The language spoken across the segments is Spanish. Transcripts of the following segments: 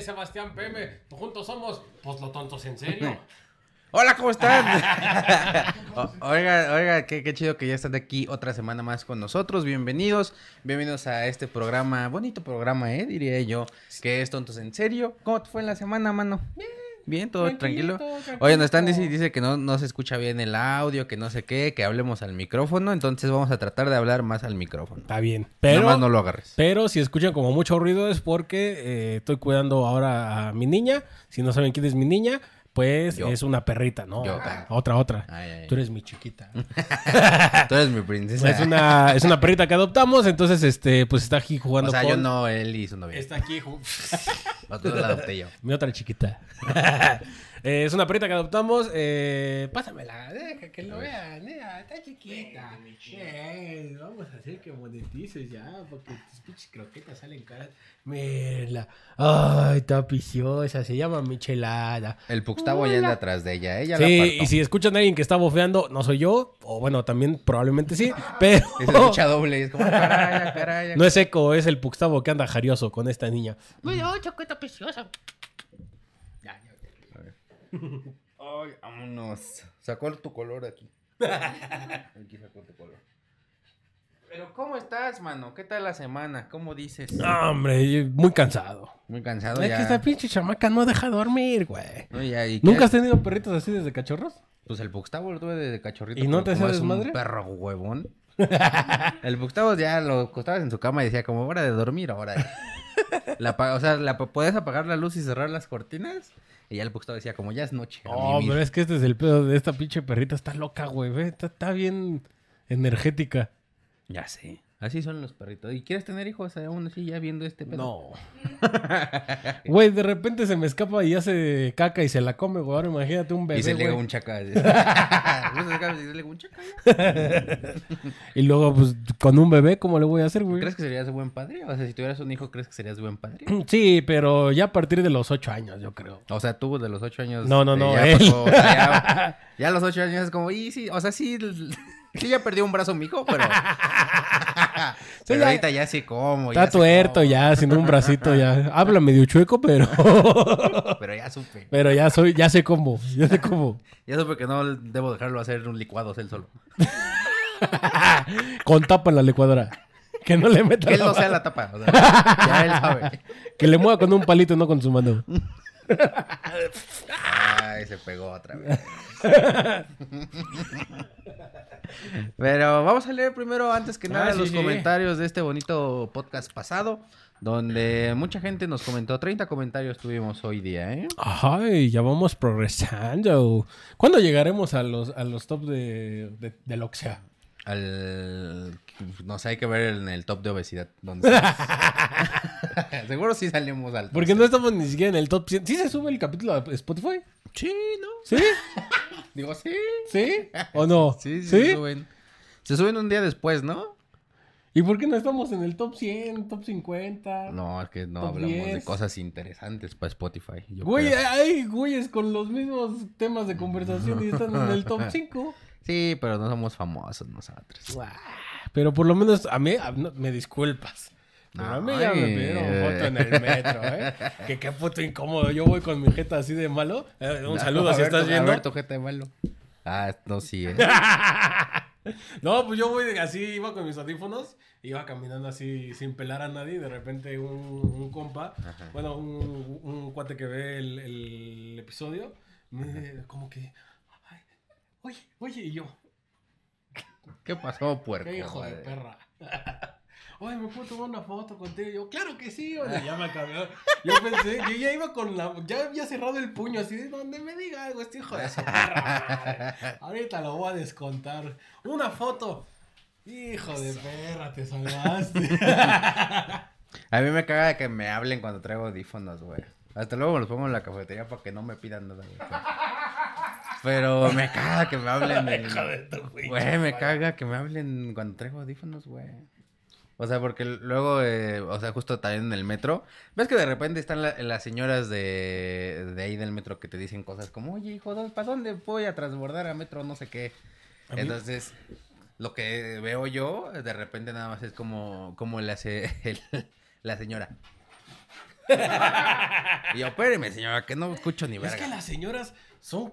Sebastián PM. Juntos somos, pues lo tontos en serio. Hola, ¿cómo están? O- oiga, oiga, qué, qué chido que ya están aquí otra semana más con nosotros. Bienvenidos, bienvenidos a este programa, bonito programa, eh, diría yo, que es Tontos en Serio. ¿Cómo te fue en la semana, mano? Bien. Bien, todo tranquilo. Oye, nos están diciendo, dice que no, no se escucha bien el audio, que no sé qué, que hablemos al micrófono, entonces vamos a tratar de hablar más al micrófono. Está bien. Pero... Pero, no lo agarres. pero si escuchan como mucho ruido es porque eh, estoy cuidando ahora a mi niña. Si no saben quién es mi niña, pues Yo. es una perrita, ¿no? Ah, Yo. Otra, otra. Ay, ay, ay. Tú eres mi chiquita. Tú eres mi princesa. es, una, es una perrita que adoptamos, entonces este, pues está aquí O jugando sea, yo con no, él y su novia. Está aquí. ju- Otro la adopté yo. mi otra chiquita. Eh, es una perrita que adoptamos. eh, pásamela, deja que lo vean. mira, está chiquita. Eh, vamos a hacer que monetices ya, porque tus pinches croquetas salen caras. Mira, ay, está piciosa. Se llama Michelada. El Puxtavo ya anda atrás de ella, ella la Sí, apartó. y si escuchan a alguien que está bofeando, no soy yo, o bueno, también probablemente sí, pero Y se escucha doble. y es como, "Ah, "Caray, caray". ah". no es eco, es el Puxtavo que anda jarioso con esta niña. Mira, oh, choqueta preciosa. Ay, vámonos. Sacó tu color de aquí. Aquí sacó tu color. Pero, ¿cómo estás, mano? ¿Qué tal la semana? ¿Cómo dices? No, hombre, muy cansado. Muy cansado Ah. Es ya. que esta pinche chamaca no deja dormir, güey. No, ya, ¿y qué? ¿Nunca has tenido perritos así desde cachorros? Pues el Puxtavo lo tuve desde cachorrito. ¿Y no pero te como hacía es un desmadre? perro huevón. el Puxtavo ya lo acostabas en su cama y decía, como, hora de dormir, ahora. La, apa- o sea, la, podías apagar la luz y cerrar las cortinas. Y ya el Puxtavo decía, como, ya es noche. a Oh, mimir". pero es que este es el pedo de esta pinche perrita. Está loca, güey. ve, Está, está bien energética. Ya sé. Así son los perritos. ¿Y quieres tener hijos eh, aún así ya viendo este pedo? No. Güey, de repente se me escapa y hace caca y se la come, güey. Ahora imagínate un bebé, Y se le güey. un chaca. así. Y se le un chaca. ya. Y luego, pues, con un bebé, ¿cómo le voy a hacer, güey? ¿Crees que serías buen padre? O sea, si tuvieras un hijo, ¿crees que serías buen padre? Sí, pero ya a partir de los ocho años, yo creo. O sea, tú de los ocho años. No, no, eh, no, Ya, él. pasó, o sea, ya, ya a los ocho años es como, y sí, o sea, sí, sí ya perdió un brazo mi hijo, pero. pero ya- ahorita ya sí como. ya Está sé tuerto cómo, ya, sin un bracito ya. Habla medio chueco, pero... Pero ya supe. pero ya soy, ya sé cómo, ya sé cómo. Ya supe que no debo dejarlo hacer un licuado él solo. Con tapa en la licuadora. Que no le meta Que él la no sea mano. la tapa. O sea, ya él sabe. Que le mueva con un palito, no con su mano. Ay, se pegó otra vez. Pero vamos a leer primero, antes que nada, Ah, sí, los sí. comentarios de este bonito podcast pasado, donde mucha gente nos comentó. 30 comentarios tuvimos hoy día, ¿eh? Ay, ya vamos progresando. ¿Cuándo llegaremos a los, a los top de, de, del Oxxo? Al... No sé, hay que ver en el top de obesidad. dónde estamos. Seguro sí salimos al top. Porque no estamos ni siquiera en el top 100. ¿Sí se sube el capítulo a Spotify? Sí, ¿no? ¿Sí? Digo, sí. ¿Sí? ¿O no? Sí, sí, se suben. Se suben un día después, ¿no? ¿Y por qué no estamos en el top 100, top 50? No, es que no Top hablamos de 10. cosas interesantes para Spotify. yo Güey, creo. hay güeyes con los mismos temas de conversación y están en el top 5. Sí, pero no somos famosos nosotros. Pero por lo menos a mí, a- no, me disculpas. Pero a mí ya me Ay. pidieron foto en el metro, ¿eh? Que qué puto incómodo. Yo voy con mi jeta así de malo. Eh, un saludo si estás viendo. Alberto, jeta de malo. Ah, no, sí, eh. No, pues yo voy de- así, iba con mis audífonos, iba caminando así sin pelar a nadie y de repente un, un compa, bueno, un, un cuate que ve el, el episodio, me dice como que, "Ay, oye, oye, y yo, ¿Qué pasó, puerco? qué hijo de Joder. perra. Oye, ¿me puedo tomar una foto contigo? Y yo, claro que sí, oye, ya me acabé. Yo pensé, yo ya iba con la, ya había cerrado el puño así, de donde me diga algo, este hijo de su perra. madre. Ahorita lo voy a descontar. Una foto. Hijo de perra, te salvaste. A mí me caga que me hablen cuando traigo audífonos, güey. Hasta luego me los pongo en la cafetería para que no me pidan nada, güey. Pero me caga que me hablen. en- Güey, me caga que me hablen cuando traigo audífonos, güey. O sea, porque luego, eh, o sea, justo también en el metro, ves que de repente están la- las señoras de, de ahí del metro que te dicen cosas como, oye, hijo, ¿dó- ¿para dónde voy a transbordar a metro no sé qué? Entonces, lo que veo yo, de repente nada más es como, como le hace el- la señora. Y yo, espéreme, señora, que no escucho ni Es que verga. las señoras son.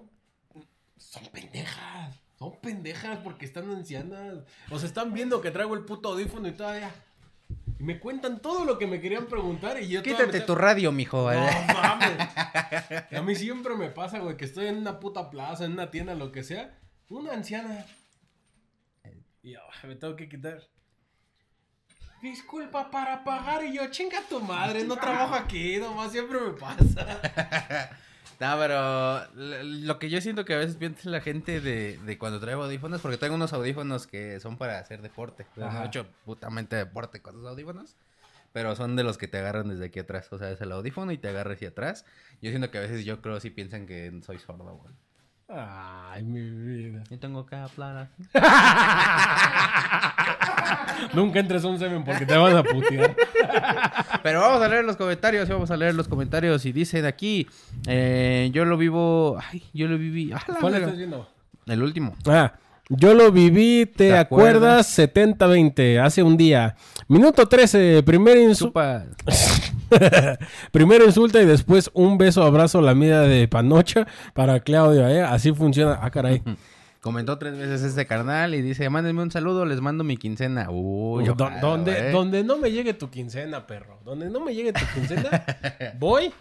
Son pendejas. Son pendejas porque están ancianas. O sea, están viendo que traigo el puto audífono y todavía. Y me cuentan todo lo que me querían preguntar y yo todavía Quítate me tu radio, mijo. No mames. A mí siempre me pasa, güey, que estoy en una puta plaza, en una tienda, lo que sea. Una anciana. Y yo, "Ah, me tengo que quitar. Disculpa para pagar. Y yo, chinga tu madre, no trabajo aquí, nomás siempre me pasa. No, pero l- lo que yo siento que a veces piensa la gente de, de cuando traigo audífonos, porque tengo unos audífonos que son para hacer deporte. Yo No Ajá. he hecho putamente deporte con esos audífonos, pero son de los que te agarran desde aquí atrás. O sea, es el audífono y te agarra hacia atrás. Yo siento que a veces yo creo si piensan que soy sordo, güey. Ay, mi vida. Yo tengo que hablar así. Nunca entres a un semen porque te vas a putear. Pero vamos a leer los comentarios, vamos a leer los comentarios. Y dice de aquí, eh, yo lo vivo... Ay, yo lo viví... ¡Ah, la ¿Cuál verga! estás viendo? El último. Ah, yo lo viví, ¿te, ¿Te acuerdas? acuerdas? 70-20, hace un día. Minuto 13, primer insulto. Supa. Primero insulta y después un beso, abrazo, lamida de panocha para Claudio, ¿eh? Así funciona. Ah, caray. Comentó tres veces este carnal y dice, mándenme un saludo, les mando mi quincena. Uy, Do- ojalá, ¿eh? donde, güey. donde no me llegue tu quincena, perro. Donde no me llegue tu quincena, voy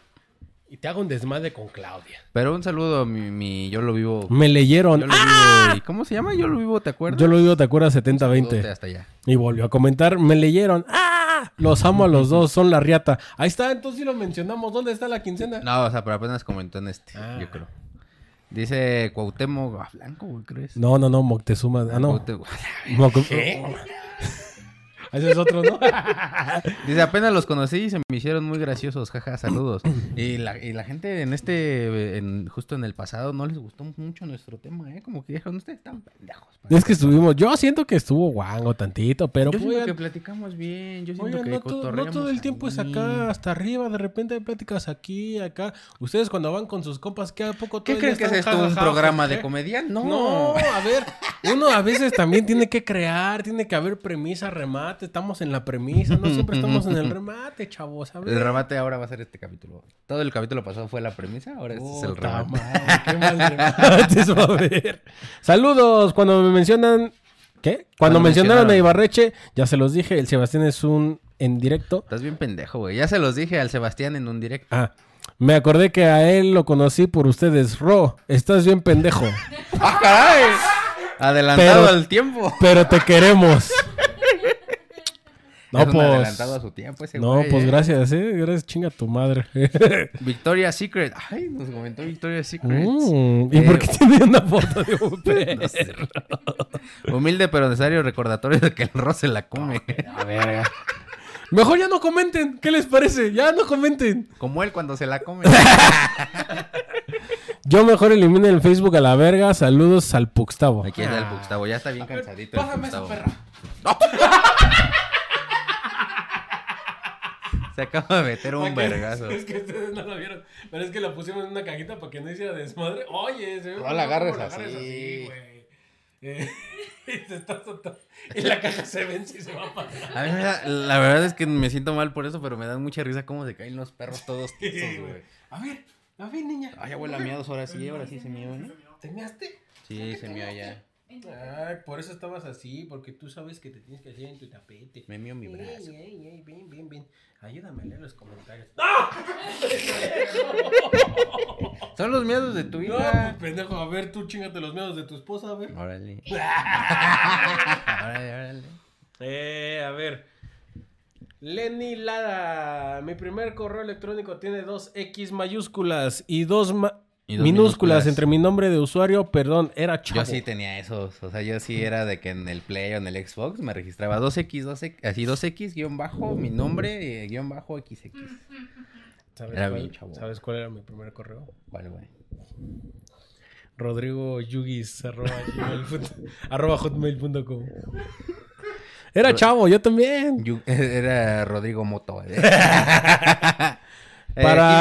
y te hago un desmadre con Claudia. Pero un saludo, mi, mi- yo lo vivo. Me Yo leyeron. lo ¡Ah! vivo. ¿y ¿Cómo se llama? Yo lo vivo, ¿te acuerdas? Yo lo digo, ¿te acuerdas? Saludote 70-20. Hasta allá. Y volvió a comentar, me leyeron. ¡Ah! Los amo a los dos, son la riata. Ahí está, entonces sí lo mencionamos. ¿Dónde está la quincena? No, o sea, pero apenas comentó en este, Ah. yo creo. Dice Cuauhtémoc ah, Blanco, güey, ¿crees? No, no, no, Moctezuma. Ah, no. Cuauhtémoc- Moc- Ese es otro, ¿no? Dice, apenas los conocí y se me hicieron muy graciosos, jaja, saludos. Y la, y la gente en este, en- justo en el pasado, no les gustó mucho nuestro tema, ¿eh? Como que dijeron, ustedes están pendejos. para Es que estuvimos, yo siento que estuvo guango tantito, pero yo siento oigan, que platicamos bien, yo siento oigan, que no, to- no cotorreamos todo el tiempo es acá, ahí. hasta arriba, de repente hay pláticas aquí, acá. Ustedes cuando van con sus compas, ¿qué a poco todo ¿Qué el creen que día es están esto? ja, ja, ¿Un ja, programa ja, de ja? comedia? No. No, a ver, uno a veces también tiene que crear, tiene que haber premisa, remate, estamos en la premisa, no siempre estamos en el remate, chavos, a ver. El remate ahora va a ser este capítulo. Todo el capítulo pasado fue la premisa, ahora este es el Puta remate. madre, qué mal remates va a haber. Saludos, cuando me mencionan. ¿Qué? Cuando, Cuando mencionaron a mencionaron. Ibarreche, ya se los dije, el Sebastián es un en directo. Estás bien pendejo, güey. Ya se los dije al Sebastián en un directo. Ah, me acordé que a él lo conocí por ustedes. Ro, estás bien pendejo, ¡Ah, caray! Adelantado Pero- al tiempo. pero te queremos. No, Es un pues. adelantado a su tiempo ese No, güey, pues ¿eh? gracias, eh. Gracias, chinga tu madre. Victoria's Secret. Ay, nos comentó Victoria's Secret. Mm, ¿Y Eh, por qué tiene una foto de un perro? Humilde pero necesario recordatorio de que el Ro se la come. A ver. Mejor ya no comenten. ¿Qué les parece? Ya no comenten. Como él cuando se la come. Yo mejor elimino el Facebook a la verga. Saludos al Puxtavo. Aquí está el Gustavo, ya está bien cansadito. el pásame esa Gustavo. Se acaba de meter un vergazo. Es que ustedes no la vieron. Pero es que la pusimos en una cajita para que no hiciera desmadre. Oye, se ve No muy la loco, agarres así. güey. Eh, y se está soltando. Y la caja se ven si se va a pasar. A mí me da- la verdad es que me siento mal por eso, pero me dan mucha risa cómo se caen los perros todos tiesos, güey. A ver, a ver, niña. Ay, abuela mía, dos horas sí, ahora sí se mío, ¿eh? ¿Te measte? Sí, se mío ya. Ay, por eso estabas así, porque tú sabes que te tienes que hacer en tu tapete. Me mío mi brazo. Ey, ey, ey, bien, bien, bien. Ayúdame a leer los comentarios. Son los miedos de tu No, hija. pues, pendejo, a ver, tú chingate los miedos de tu esposa, a ver. Órale. Órale, órale. Eh, a ver. Lenny Lara, mi primer correo electrónico tiene dos X mayúsculas y dos, ma- Y dos minúsculas, minúsculas. entre mi nombre de usuario, perdón, era chavo. Yo sí tenía esos, o sea, yo sí era de que en el Play o en el Xbox me registraba 2X, 2X, E, así 2X, guión bajo, mi nombre, eh, guión bajo, XX. ¿Sabes, Era cuál, bien chavo. sabes cuál era mi primer correo? Vale, güey. Rodrigo Yugis, arroba, gmail punto- arroba hotmail.com. Era chavo, yo también. Yu- Era Rodrigo Moto. ¿eh? Eh, Para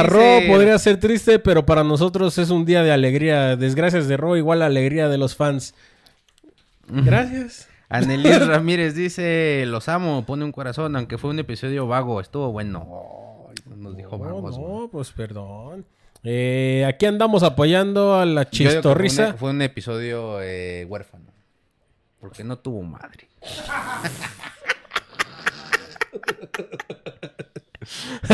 aquí Ro dice- podría ser triste, pero para nosotros es un día de alegría. Desgracias de Ro, igual la alegría de los fans. Gracias. Anelis Ramírez dice, los amo, pone un corazón, aunque fue un episodio vago, estuvo bueno. Ay, no nos dijo No, vamos, no, güey. pues perdón. Eh, aquí andamos apoyando a la Yo digo que Fue chistorrisa. un, fue un episodio eh, huérfano. Porque no tuvo madre.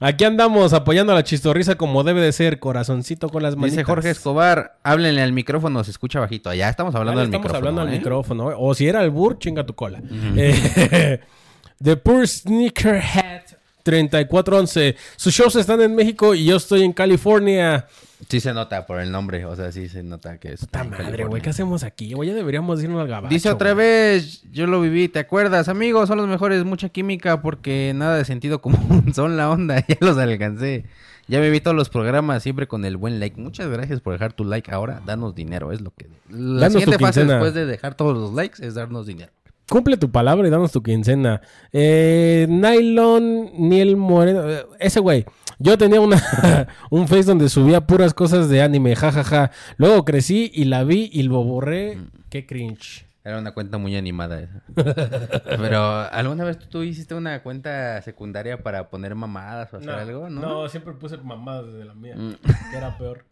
Aquí andamos apoyando a la chistorrisa como debe de ser, corazoncito con las manitas. Dice Jorge Escobar, háblenle al micrófono, se escucha bajito. Allá estamos hablando Ya le del estamos micrófono. hablando al ¿eh? micrófono. ¿eh? O si era el burr, chinga tu cola. Eh, The Poor Sneakerhead 3411. Sus shows están en México y yo estoy en California. Sí se nota por el nombre, o sea, sí se nota que es. Puta madre, güey. ¿Qué hacemos aquí? Güey, ya deberíamos irnos al gabacho. Dice otra güey. vez, yo lo viví, ¿te acuerdas? Amigos, son los mejores, mucha química porque nada de sentido común, son la onda, ya los alcancé. Ya viví todos los programas siempre con el buen like. Muchas gracias por dejar tu like ahora, danos dinero, es lo que... La Danos tu siguiente fase quincena. después de dejar todos los likes es darnos dinero. Cumple tu palabra y danos tu quincena. Eh, Nylon, Niel Moreno. eh, Ese güey. Yo tenía una, un face donde subía puras cosas de anime, jajaja. Luego crecí y la vi y lo borré. Mm. Qué cringe. Era una cuenta muy animada esa. Pero alguna vez tú, tú hiciste una cuenta secundaria para poner mamadas o hacer algo, ¿no? siempre puse mamadas desde la mía. Mm. Que era peor.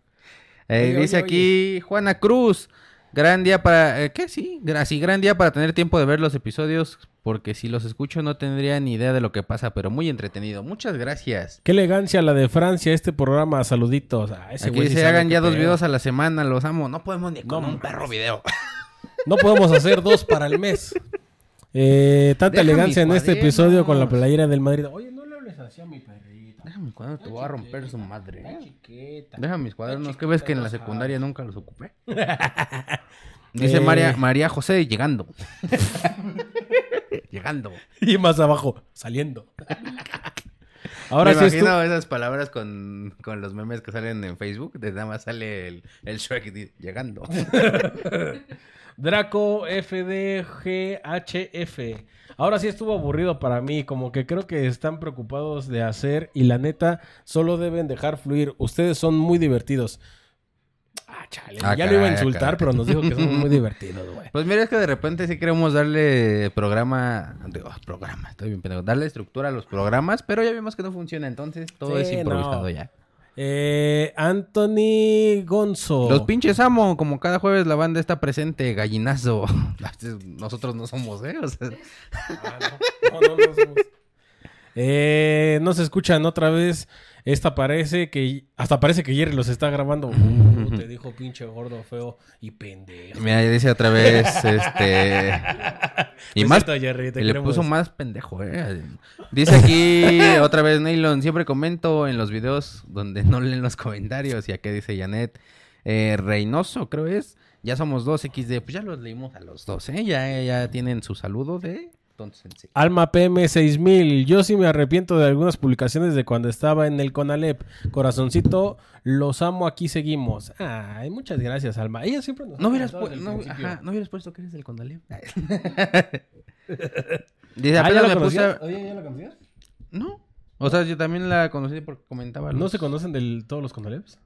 Eh, Oye, dice oye, aquí Juana Cruz. Gran día para... eh, ¿Qué? Sí, gra- sí, gran día para tener tiempo de ver los episodios, porque si los escucho no tendría ni idea de lo que pasa, pero muy entretenido. Muchas gracias. Qué elegancia la de Francia, este programa. Saluditos. Ah, ese aquí güey sí dice, sabe hagan qué ya dos pedo. videos a la semana, los amo. No podemos ni con No un perro video. No podemos hacer dos para el mes. Eh, tanta Deja elegancia en mis este episodio con la cuadernos. playera del Madrid. Oye, no le hables así a mi perrita. Déjame cuando te voy a romper su madre. Está chiquita. Deja mis cuadernos. ¿Qué ves que en la secundaria nunca los ocupé? Dice Eh. María, María José llegando. llegando. Y más abajo, saliendo. Ahora Ahora Me sí es tú. imagino esas palabras con, con los memes que salen en Facebook. De nada más sale el, el Shrek y dice, llegando. Draco FDGHF. Ahora sí estuvo aburrido para mí, como que creo que están preocupados de hacer y la neta solo deben dejar fluir. Ustedes son muy divertidos. Ah, chale, Ah, ya lo iba a caray, ah, insultar, caray. pero nos dijo que son muy divertidos, güey. Pues mira, es que de repente sí queremos darle programa. digo, ah, programa, estoy bien pendejo. Darle estructura a los programas, pero ya vimos que no funciona. Entonces todo Sí, es improvisado no. ya. Eh, Anthony Gonzo. Los pinches amo, como cada jueves la banda está presente, gallinazo. Nosotros no somos, ¿eh? O sea, Ah, No, no, no somos. Eh, no se escuchan otra vez. Esta parece que. Hasta parece que Jerry los está grabando. Uh, te dijo pinche gordo, feo y pendejo. mira, dice otra vez, este. Y Lo más. siento, Pues Jerry, te y le queremos. puso más pendejo, ¿eh? Dice aquí otra vez Nylon, siempre comento en los videos donde no leen los comentarios. Y aquí dice Janet eh, Reynoso, creo es. Ya somos dos XD. Pues ya los leímos a los dos, ¿eh? Ya, ya tienen su saludo de. Entonces, sí. Alma PM6000. Yo sí me arrepiento de algunas publicaciones de cuando estaba en el Conalep. Corazoncito, los amo, aquí seguimos. Ay, muchas gracias, Alma. Ella siempre nos No ha hubieras, apoyado pu- desde Pues el no, principio. ajá, no hubieras puesto que eres del Condaleo. Dice, Ah, ¿ya la apenas me puse. conocías? a- Oye, ¿ya la conocías? No. O sea, yo también la conocí porque comentaba. ¿No los- se conocen de todos los Conaleps?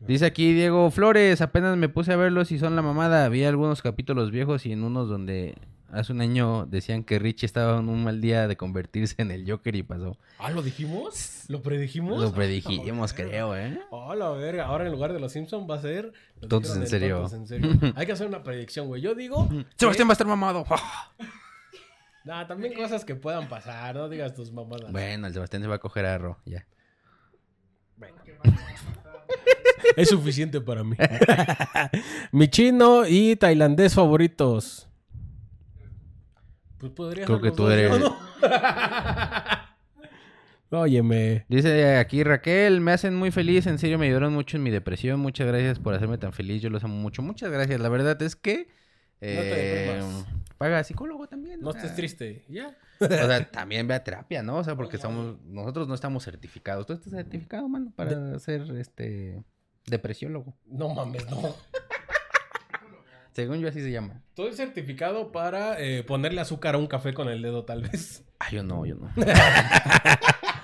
Dice aquí Diego Flores, apenas me puse a verlos y son la mamada. Vi algunos capítulos viejos y en unos donde hace un año decían que Richie estaba en un mal día de convertirse en el Joker y pasó. Ah, ¿lo dijimos? ¿Lo predijimos? Lo predijimos, creo, ¿eh? Oh, la verga, ahora en lugar de los Simpsons va a ser. los Tontos dijeron en del serio. Tontos en serio. Hay que hacer una predicción, güey. Yo digo. Sebastián va a estar mamado. Nah, también cosas que puedan pasar, no digas tus mamadas. Bueno, el Sebastián se va a coger a Ro, ya. Es suficiente para mí. Mi chino y tailandés favoritos. Pues podría Creo ser que los tú dos, eres- ¿no? Óyeme. Dice aquí Raquel, me hacen muy feliz, en serio me ayudaron mucho en mi depresión, muchas gracias por hacerme tan feliz, yo los amo mucho, muchas gracias, la verdad es que... te eh, deprimas. paga psicólogo también. No o sea, estés triste. Ya. O sea, también ve a terapia, ¿no? O sea, porque somos, nosotros no estamos certificados. Tú estás certificado, mano, para ser este depresiólogo. No mames, no. Según yo así se llama. Estoy certificado para eh, ponerle azúcar a un café con el dedo, tal vez. Ah, yo no, yo no.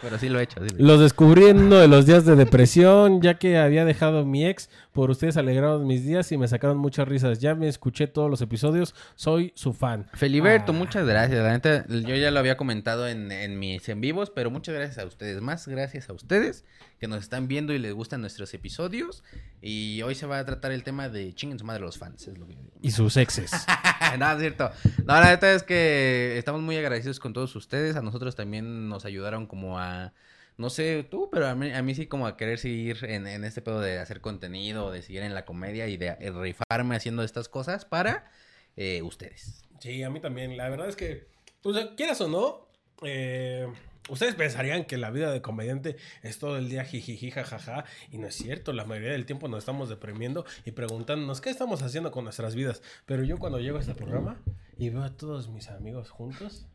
Pero sí lo he hecho, sí lo he hecho. Los descubrí en uno de los días de depresión, ya que había dejado a mi ex Por ustedes alegraron mis días y me sacaron muchas risas. Ya me escuché todos los episodios. Soy su fan. Feliberto, Ah. muchas gracias. La neta, yo ya lo había comentado en, en mis en vivos, pero muchas gracias a ustedes. Más gracias a ustedes que nos están viendo y les gustan nuestros episodios. Y hoy se va a tratar el tema de chinguen su madre los fans, es lo que yo digo. Y sus exes. no, es cierto. No, la neta es que estamos muy agradecidos con todos ustedes. A nosotros también nos ayudaron como a... No sé tú, pero a mí, a mí sí como a querer seguir en, en este pedo de hacer contenido, de seguir en la comedia y de eh, rifarme haciendo estas cosas para eh, ustedes. Sí, a mí también. La verdad es que, o sea, quieras o no, eh, ustedes pensarían que la vida de comediante es todo el día jijiji, jajaja, y no es cierto. La mayoría del tiempo nos estamos deprimiendo y preguntándonos qué estamos haciendo con nuestras vidas. Pero yo cuando llego a este programa y veo a todos mis amigos juntos,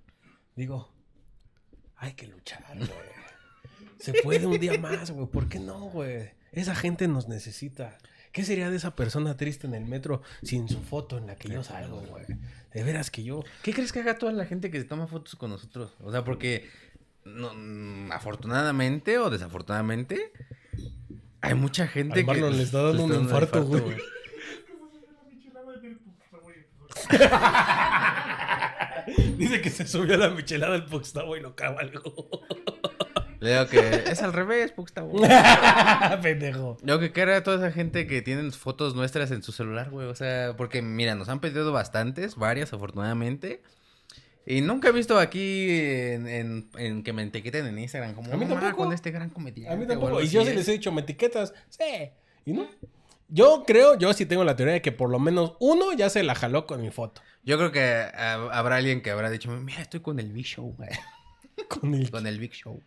digo, hay que luchar, güey. Se puede un día más, güey. ¿Por qué no, güey? Esa gente nos necesita. ¿Qué sería de esa persona triste en el metro sin su foto en la que yo salgo, güey? De veras que yo. ¿Qué crees que haga toda la gente que se toma fotos con nosotros? O sea, porque no, mm, afortunadamente o desafortunadamente hay mucha gente Al Marlon que le está dando un infarto, güey. Dice que se subió a la michelada del Puxtavo y no cabalgó. Le digo que es al revés, Puxtavo. Pendejo. Lo que queda a toda esa gente que tienen fotos nuestras en su celular, güey. O sea, porque mira, nos han pedido bastantes, varias afortunadamente. Y nunca he visto aquí en, en- en que me etiqueten en Instagram como A mí "No, ma, tampoco. con este gran comediante. A mí o tampoco. algo Y yo así, sí ¿eh? les he dicho, ¿me etiquetas? Sí. ¿Y no? Yo creo, yo sí tengo la teoría de que por lo menos uno ya se la jaló con mi foto. Yo creo que ah, habrá alguien que habrá dicho, mira, estoy con el Big Show, güey. Con el... Con el Big Show.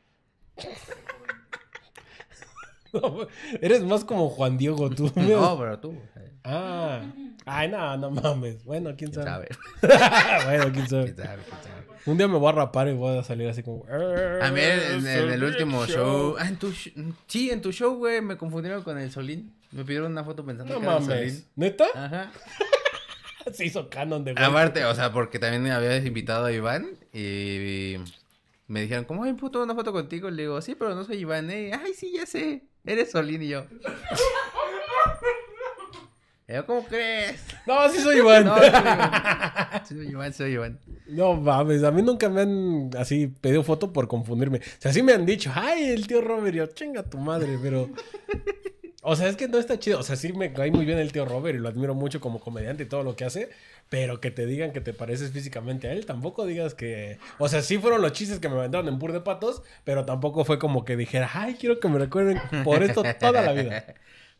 Eres más como Juan Diego, tú. No, pero tú, eh, Ah. Ay, no, no mames. Bueno, quién, quién sabe. sabe. bueno, quién sabe. Quién sabe, quién sabe. Un día me voy a rapar y voy a salir así como. "Eh, A mí en, en- en "Es el último Big show. Ah, en tu sh- Sí, en tu show, güey, me confundieron con el Solín. Me pidieron una foto pensando No que era el mames. Solín. ¿Neta? Ajá. Se hizo canon de güey. Aparte, o sea, porque también me habías invitado a Iván y me dijeron, ¿cómo hay puto una foto contigo? Le digo, sí, pero no soy Iván, ¿eh? Ay, sí, ya sé. Eres Solín y yo. Y yo, ¿Cómo crees? No, sí soy Iván. No, No, soy Iván. Soy Iván, soy Iván. mames, a mí nunca me han así pedido foto por confundirme. O sea, sí me han dicho, ay, el tío Robert, y yo, chinga tu madre, pero. O sea, es que no está chido. O sea, sí me cae muy bien el tío Robert y lo admiro mucho como comediante y todo lo que hace. Pero que te digan que te pareces físicamente a él, tampoco digas que. O sea, sí fueron los chistes que me mandaron en Pur de Patos, pero tampoco fue como que dijera, ay, quiero que me recuerden por esto toda la vida.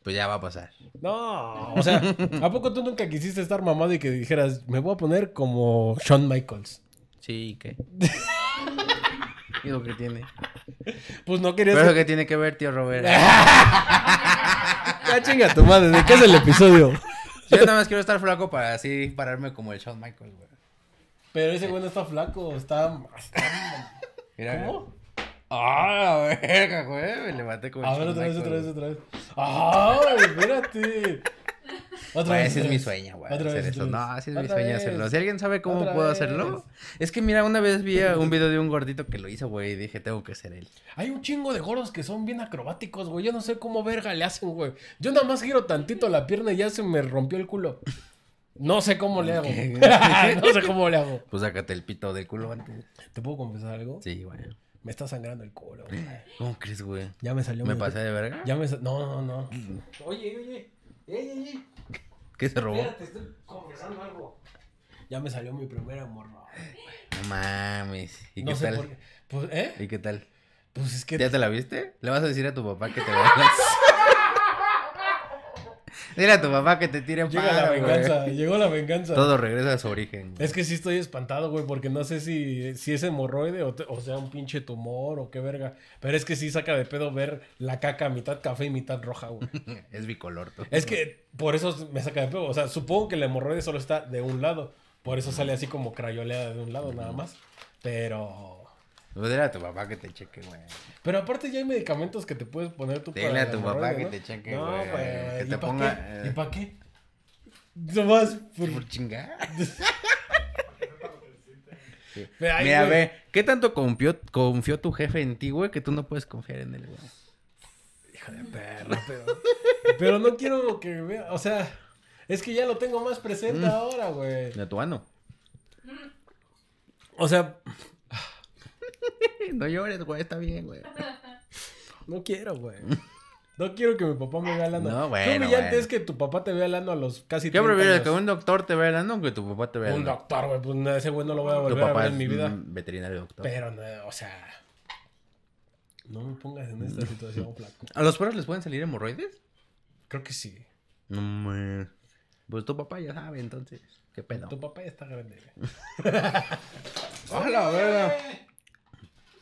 Pues ya va a pasar. No, o sea, ¿a poco tú nunca quisiste estar mamado y que dijeras, me voy a poner como Shawn Michaels? Sí, ¿qué? ¿Y lo que tiene? Pues no querías. Pero que tiene que ver, tío Robert. Ya Ah, chinga tu madre, ¿de qué es el episodio? Yo nada más quiero estar flaco para así pararme como el Shawn Michaels, güey. Pero ese güey no está flaco, está. está- Mira, ¿Cómo? ¡Ah, la verga, güey! Me levanté como el A ver, Shawn otra vez, Michaels, otra güey. vez, otra vez. ¡Ay, espérate! Otra Güey, vez. otra ese es mi vez. sueño, güey. Otra hacer vez, eso. otra No, vez. ese es mi Otra sueño vez. hacerlo. Si alguien sabe cómo Otra puedo vez. hacerlo. Es que mira, una vez vi a- un video de un gordito que lo hizo, güey, y dije, tengo que ser él. Hay un chingo de gordos que son bien acrobáticos, güey. Yo no sé cómo verga le hacen, güey. Yo nada más giro tantito la pierna y ya se me rompió el culo. No sé cómo le hago. no sé cómo le hago. Pues sácate el pito del culo antes. ¿Te puedo confesar algo? Sí, güey. Me está sangrando el culo, güey. ¿Cómo crees, güey? Ya me salió ¿Me mi- pasé de verga? Ya me sa- No, no, no. Oye, oye. Ey, ey, ey. ¿Qué se robó? Espérate, estoy confesando algo. Ya me salió mi primera morra. No mames. ¿Y No qué sé tal? por qué. Pues, ¿eh? ¿Y qué tal? Pues es que. ¿Ya te la viste? ¿Le vas a decir a tu papá que te vayas? Dile a tu papá que te tiren Llega la venganza. Llegó la venganza. Todo regresa a su origen. Es que sí estoy espantado, güey, porque no sé si, si es hemorroide o, te- o sea un pinche tumor o qué verga. Pero es que sí saca de pedo ver la caca mitad café y mitad roja, güey. Es bicolor. tú. Es que por eso me saca de pedo. O sea, supongo que el hemorroide solo está de un lado. Por eso sale así como crayoleada de un lado nada más. Pero... Pues dile a tu papá que te cheque, güey. Pero aparte ya hay medicamentos que te puedes poner tú Dile a la tu papá hemorroide, que te cheque, No, güey, güey. que ¿Y te pa' ponga, qué? eh. ¿Y para qué? Nomás por- Por chingar. Sí. Ve ahí, Mira, güey. ve, ¿qué tanto confió, confió tu jefe en ti, güey, que tú no puedes confiar en él, güey? Hijo de perra, pero... Pero no quiero que vea, o sea, es que ya lo tengo más presente Mm. ahora, güey. De tu ano. O sea, No llores, güey, está bien, güey. no quiero, güey. No quiero que mi papá me vea hablando. No, Qué bueno, humillante bueno. es que tu papá te vea hablando a los casi ¿Qué 30 prefieres? años. ¿Que un doctor te vea el ano o que tu papá te vea el Un ano? doctor, güey, pues no, ese güey no lo voy a Tu volver a papá ver es en mi vida. un veterinario doctor. Pero no, o sea, no me pongas en esta situación, flaco. ¿A los perros les pueden salir hemorroides? Creo que sí. No, mames. Pues tu papá ya sabe, entonces. ¿Qué pedo? Tu papá ya está grande. ¡Hola, verga!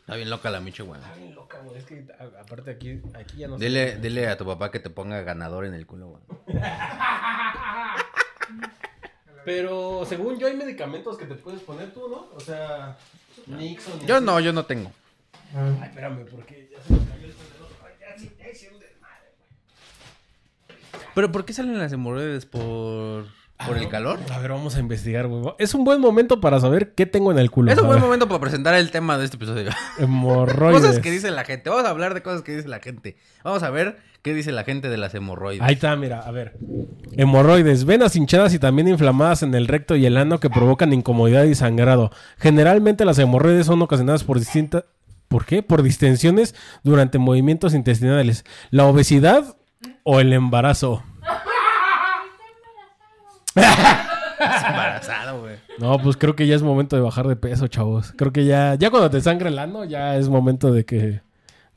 Está bien loca la micho, güey. Está bien loca, güey. Es que a- aparte aquí, aquí ya no sé. Dile, dile a tu papá que te ponga ganador en el culo, güey. Pero según yo hay medicamentos que te puedes poner tú, ¿no? O sea, Nixon. y Yo así. no, yo no tengo. Ay, espérame, porque ya se me cayó el tenedor. Ay, ya sí, ya hice un desmadre, güey. ¿Pero por qué salen las hemorroides? ¿Por, por el calor? A ver, vamos a investigar, güey. Es un buen momento para saber qué tengo en el culo. Es un buen A ver, momento para presentar el tema de este episodio. Hemorroides. Cosas que dice la gente. Vamos a hablar de cosas que dice la gente. Vamos a ver qué dice la gente de las hemorroides. Ahí está, mira, a ver. Hemorroides, venas hinchadas y también inflamadas en el recto y el ano que provocan incomodidad y sangrado. Generalmente las hemorroides son ocasionadas por distintas... ¿Por qué? Por distensiones durante movimientos intestinales. La obesidad o el embarazo. Estás embarazado, güey. No, pues creo que ya es momento de bajar de peso, chavos. Creo que ya, ya cuando te sangra el ano, ya es momento de que,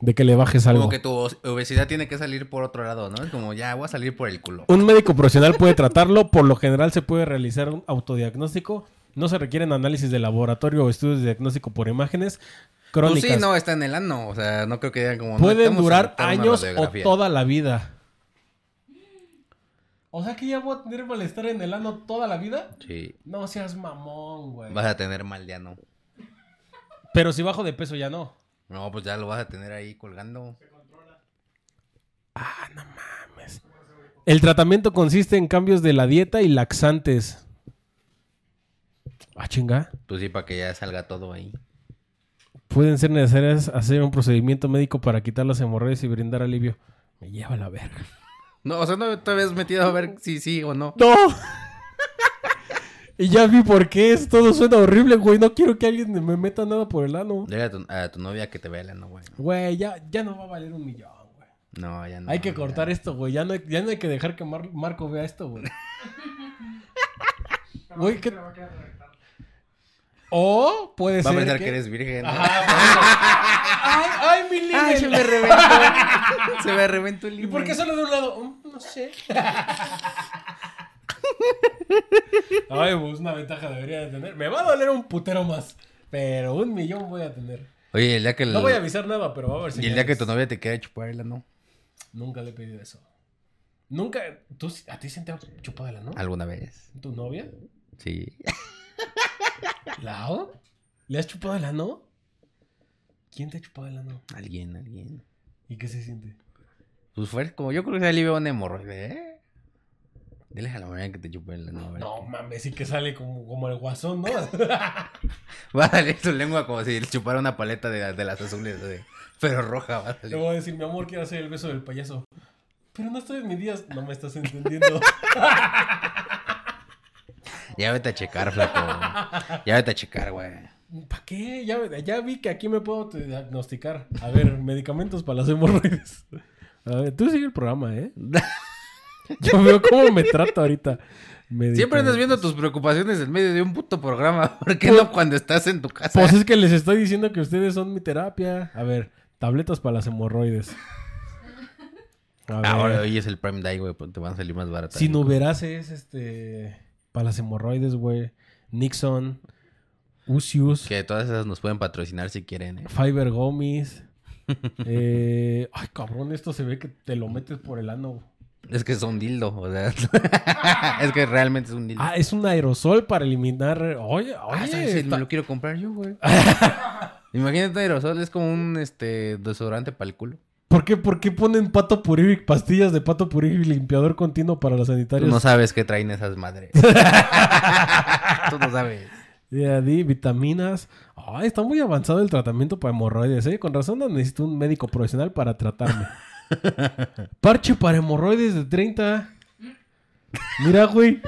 de que le bajes algo. Como que tu os- obesidad tiene que salir por otro lado, ¿no? Es como, ya, voy a salir por el culo. Un médico profesional puede tratarlo, por lo general se puede realizar un autodiagnóstico, no se requieren análisis de laboratorio o estudios de diagnóstico por imágenes Pues crónicas. sí, no, está en el ano. O sea, no creo que digan como... no, Pueden estamos durar en una años o radiografía. toda la vida. O sea que ya voy a tener malestar en el ano toda la vida. Sí. No seas mamón, güey. Vas a tener mal ya, ¿no? Pero si bajo de peso ya no. No, pues ya lo vas a tener ahí colgando. El tratamiento consiste en cambios de la dieta y laxantes. Ah, chinga. Pues sí, para que ya salga todo ahí. Pueden ser necesarias hacer un procedimiento médico para quitar las hemorroides y brindar alivio. Me lleva la verga. No, o sea, no te habías metido a ver si sí o no. ¡No! y ya vi por qué es. Todo suena horrible, güey. No quiero que alguien me meta nada por el ano. Dile a tu, a tu novia que te vea el ano, güey. Güey, ya, ya no va a valer un millón, güey. No, ya no. hay que cortar ya. esto, güey. Ya no, hay- ya no hay que dejar que Mar- Marco vea esto, güey. güey, ¿qué? O puede Va a ser pensar que... eres virgen. ¿no? ¡Ay, ay, mi líder! Ay, se me reventó. se me reventó el ¿Y libro. por qué solo de un lado? Mm, No sé. Ay, pues una ventaja debería de tener. Me va a doler un putero más. Pero un millón voy a tener. Oye, el día que... el- No voy a avisar nada, pero va a haber Y el día señales. que tu novia te quiera chupar el ano. Nunca le he pedido eso. Nunca. ¿Tú, ¿A ti se te ha chupado la no? ¿Alguna vez? ¿Tu novia? Sí. ¿Lao? ¿Le has chupado el ano? ¿Quién te ha chupado el ano? Alguien, alguien. ¿Y qué se siente? Pues fue como... Yo creo que se alivia un hemorroide, ¿eh? Diles a la mañana que te chupe el ano. a ver No qué. mames, sí que sale como, como el guasón, ¿no? Va a salir su lengua como si le chupara una paleta de, de las azules, de- pero roja va a Le salir. voy a decir, mi amor, quiero hacer el beso del payaso. Pero no estoy en mis días. No me estás entendiendo. Ya vete a checar, flaco. Ya vete a checar, güey. ¿Para qué? Ya, ya vi que aquí me puedo te- diagnosticar. A ver, medicamentos para las hemorroides. A ver, tú sigue el programa, ¿eh? Yo veo cómo me trata ahorita. Siempre andas Medicamentos. viendo tus preocupaciones en medio de un puto programa. ¿Por qué no cuando estás en tu casa? Pues es que les estoy diciendo que ustedes son mi terapia. A ver, tabletas para las hemorroides. A ver. Ah, Ahora hoy es el Prime Day, güey. pues Te van a salir más baratas. Sin Uberase es este. Para las hemorroides, güey. Nixon. Usius. Que todas esas nos pueden patrocinar si quieren, ¿eh? Fiber Gomis. eh, ay, cabrón, esto se ve que te lo metes por el ano. Es que es un dildo, o sea. es que realmente es un dildo. Ah, es un aerosol para eliminar. Oye, Ah, oye. ¿sabes? está- Me lo quiero comprar yo, güey. Imagínate aerosol, es como un este desodorante para el culo. ¿Por, qué, ¿Por qué ponen pato purífic, pastillas de pato purífic y limpiador continuo para los Tú sanitarios? no sabes qué traen esas madres. Tú no sabes. Ya di, vitaminas. Ay, está muy avanzado el tratamiento para hemorroides, ¿eh? Con razón no necesito un médico profesional para tratarme. Parche para hemorroides de 30. Mira, güey.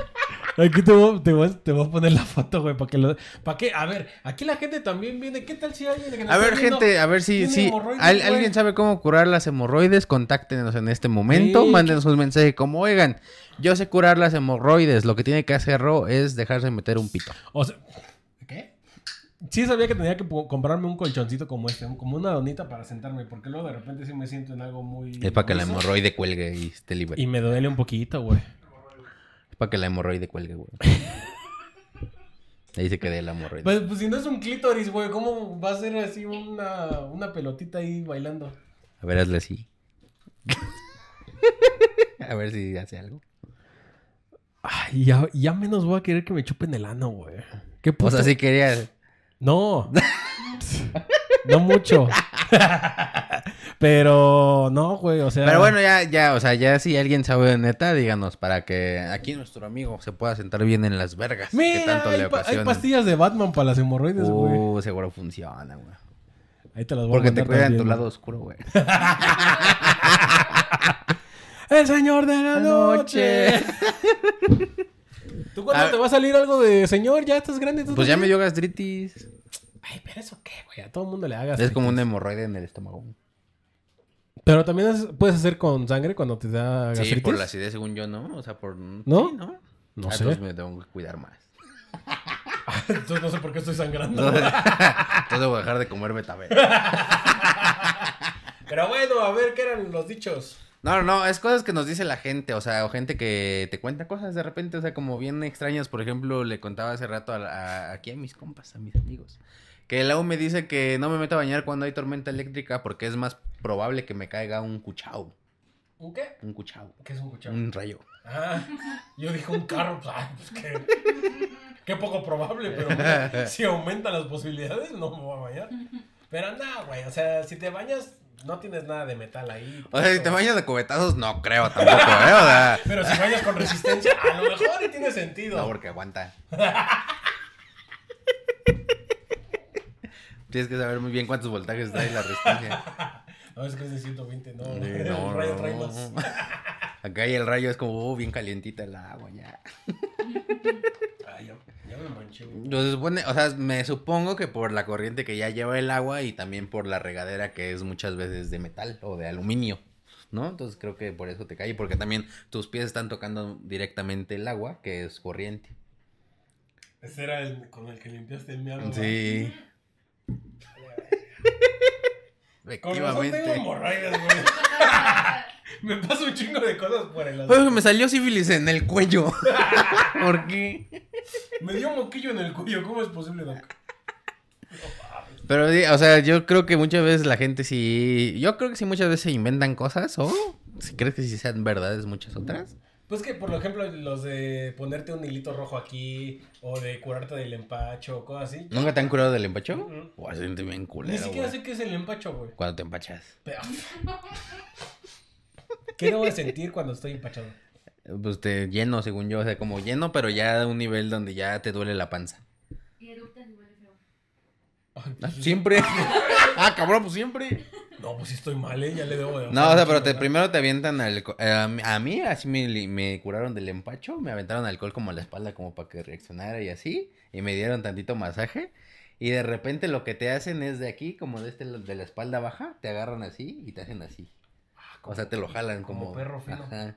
Aquí te voy, te, voy, te voy a poner la foto, güey, para que lo... ¿Para qué? A ver, aquí la gente también viene. ¿Qué tal si alguien que nos A está ver, viendo gente, a ver si, tiene si hemorroides, al- güey? alguien sabe cómo curar las hemorroides, contáctenos en este momento, Sí. mándenos un mensaje como, oigan, yo sé curar las hemorroides, lo que tiene que hacer Ro es dejarse meter un pito. O sea, ¿qué? Sí sabía que tenía que po- comprarme un colchoncito como este, un- como una donita para sentarme, porque luego de repente sí me siento en algo muy... Es para que la grueso hemorroide cuelgue y esté libre. Y me duele un poquito, güey. Es para que la hemorroide cuelgue, güey. Ahí se quede la hemorroide. Pues, pues si no es un clítoris, güey, ¿cómo va a ser así una, una pelotita ahí bailando? A ver, hazle así. a ver si hace algo. Ay, ya, ya menos voy a querer que me chupen el ano, güey. ¿Qué O puto? sea, si querías... No. no mucho. Pero no, güey, o sea... Pero bueno, ya, ya, o sea, ya si alguien sabe de neta, díganos, para que aquí nuestro amigo se pueda sentar bien en las vergas que Mira, tanto hay, le pa- hay ocasionan. pastillas de Batman para las hemorroides, güey. Uh, seguro funciona, güey. Ahí te las voy Porque a te mandar cuidan tu también, lado oscuro, güey. El señor de la noche. ¿Tú cuándo A- te va a salir algo de señor? Ya estás grande. tú Pues ya me también?" dio gastritis. Ay, pero eso qué, güey. A todo mundo le hagas. Es como una hemorroide en el estómago. Pero también es- puedes hacer con sangre cuando te da gastritis. Sí, por la acidez, según yo, ¿no? O sea, por... ¿No? Sí, ¿no? No Ah, sé. Entonces me tengo que cuidar más. Entonces no sé por qué estoy sangrando. Entonces, entonces voy a dejar de comer betabel. pero bueno, a ver qué eran los dichos. No, no, no, es cosas que nos dice la gente, o sea, o gente que te cuenta cosas de repente, o sea, como bien extrañas, por ejemplo, le contaba hace rato a, la- a- aquí a mis compas, a mis amigos, que el AU me dice que no me meto a bañar cuando hay tormenta eléctrica porque es más probable que me caiga un cuchao, ¿Un qué? un cuchao, ¿Qué es un cuchillo? un rayo. Ah, yo dije un carro. Pues, ay, pues qué, qué poco probable, pero güey, si aumentan las posibilidades, no me voy a bañar. Pero nada, güey. O sea, si te bañas, no tienes nada de metal ahí. O sea, si te bañas de cubetazos, no creo tampoco, ¿eh? O sea, Pero si bañas con resistencia, a lo mejor y tiene sentido. no, porque aguanta. Tienes que saber muy bien cuántos voltajes trae la resistencia. No, es que es de 120, no. Sí, el no, rayo no. trae más. Acá y el rayo es como oh, bien calientita el agua ya. Ay, ya, ya me manché, güey. Yo se supone, o sea, me supongo que por la corriente que ya lleva el agua y también por la regadera que es muchas veces de metal o de aluminio, ¿no? Entonces creo que por eso te cae, porque también tus pies están tocando directamente el agua, que es corriente. Ese era el con el que limpiaste mi agua. Sí. Con razón tengo Efectivamente. hemorroides, güey. me pasa un chingo de cosas por el Oye, me salió sífilis en el cuello. ¿Por qué? Me dio moquillo en el cuello, ¿cómo es posible, Doc? Pero, sí, o sea, yo creo que muchas veces la gente sí. Yo creo que sí, muchas veces se inventan cosas, o si crees que sí sean verdades muchas otras. Pues que, por ejemplo, los de ponerte un hilito rojo aquí, o de curarte del empacho, o cosas así. ¿Nunca te han curado del empacho? Mm-mm. O se siente bien culero. Ni siquiera güey. sé qué es el empacho, güey. Cuando te empachas. Pero- ¿Qué debo de sentir cuando estoy empachado? eh, Pues te lleno, según yo. O sea, como lleno, pero ya a un nivel donde ya te duele la panza. Y eructas y huele feo. Ah, Siempre. ah, cabrón, pues siempre. No, pues sí estoy mal, ¿eh? Ya le debo de... No, o sea, pero te, primero te avientan alcohol. eh, a mí, así me, li- me curaron del empacho. Me aventaron alcohol como a la espalda, como para que reaccionara y así. Y me dieron tantito masaje. Y de repente lo que te hacen es de aquí, como de este lado, de la espalda baja, te agarran así y te hacen así. o sea, te lo jalan como. como perro fino. Ajá.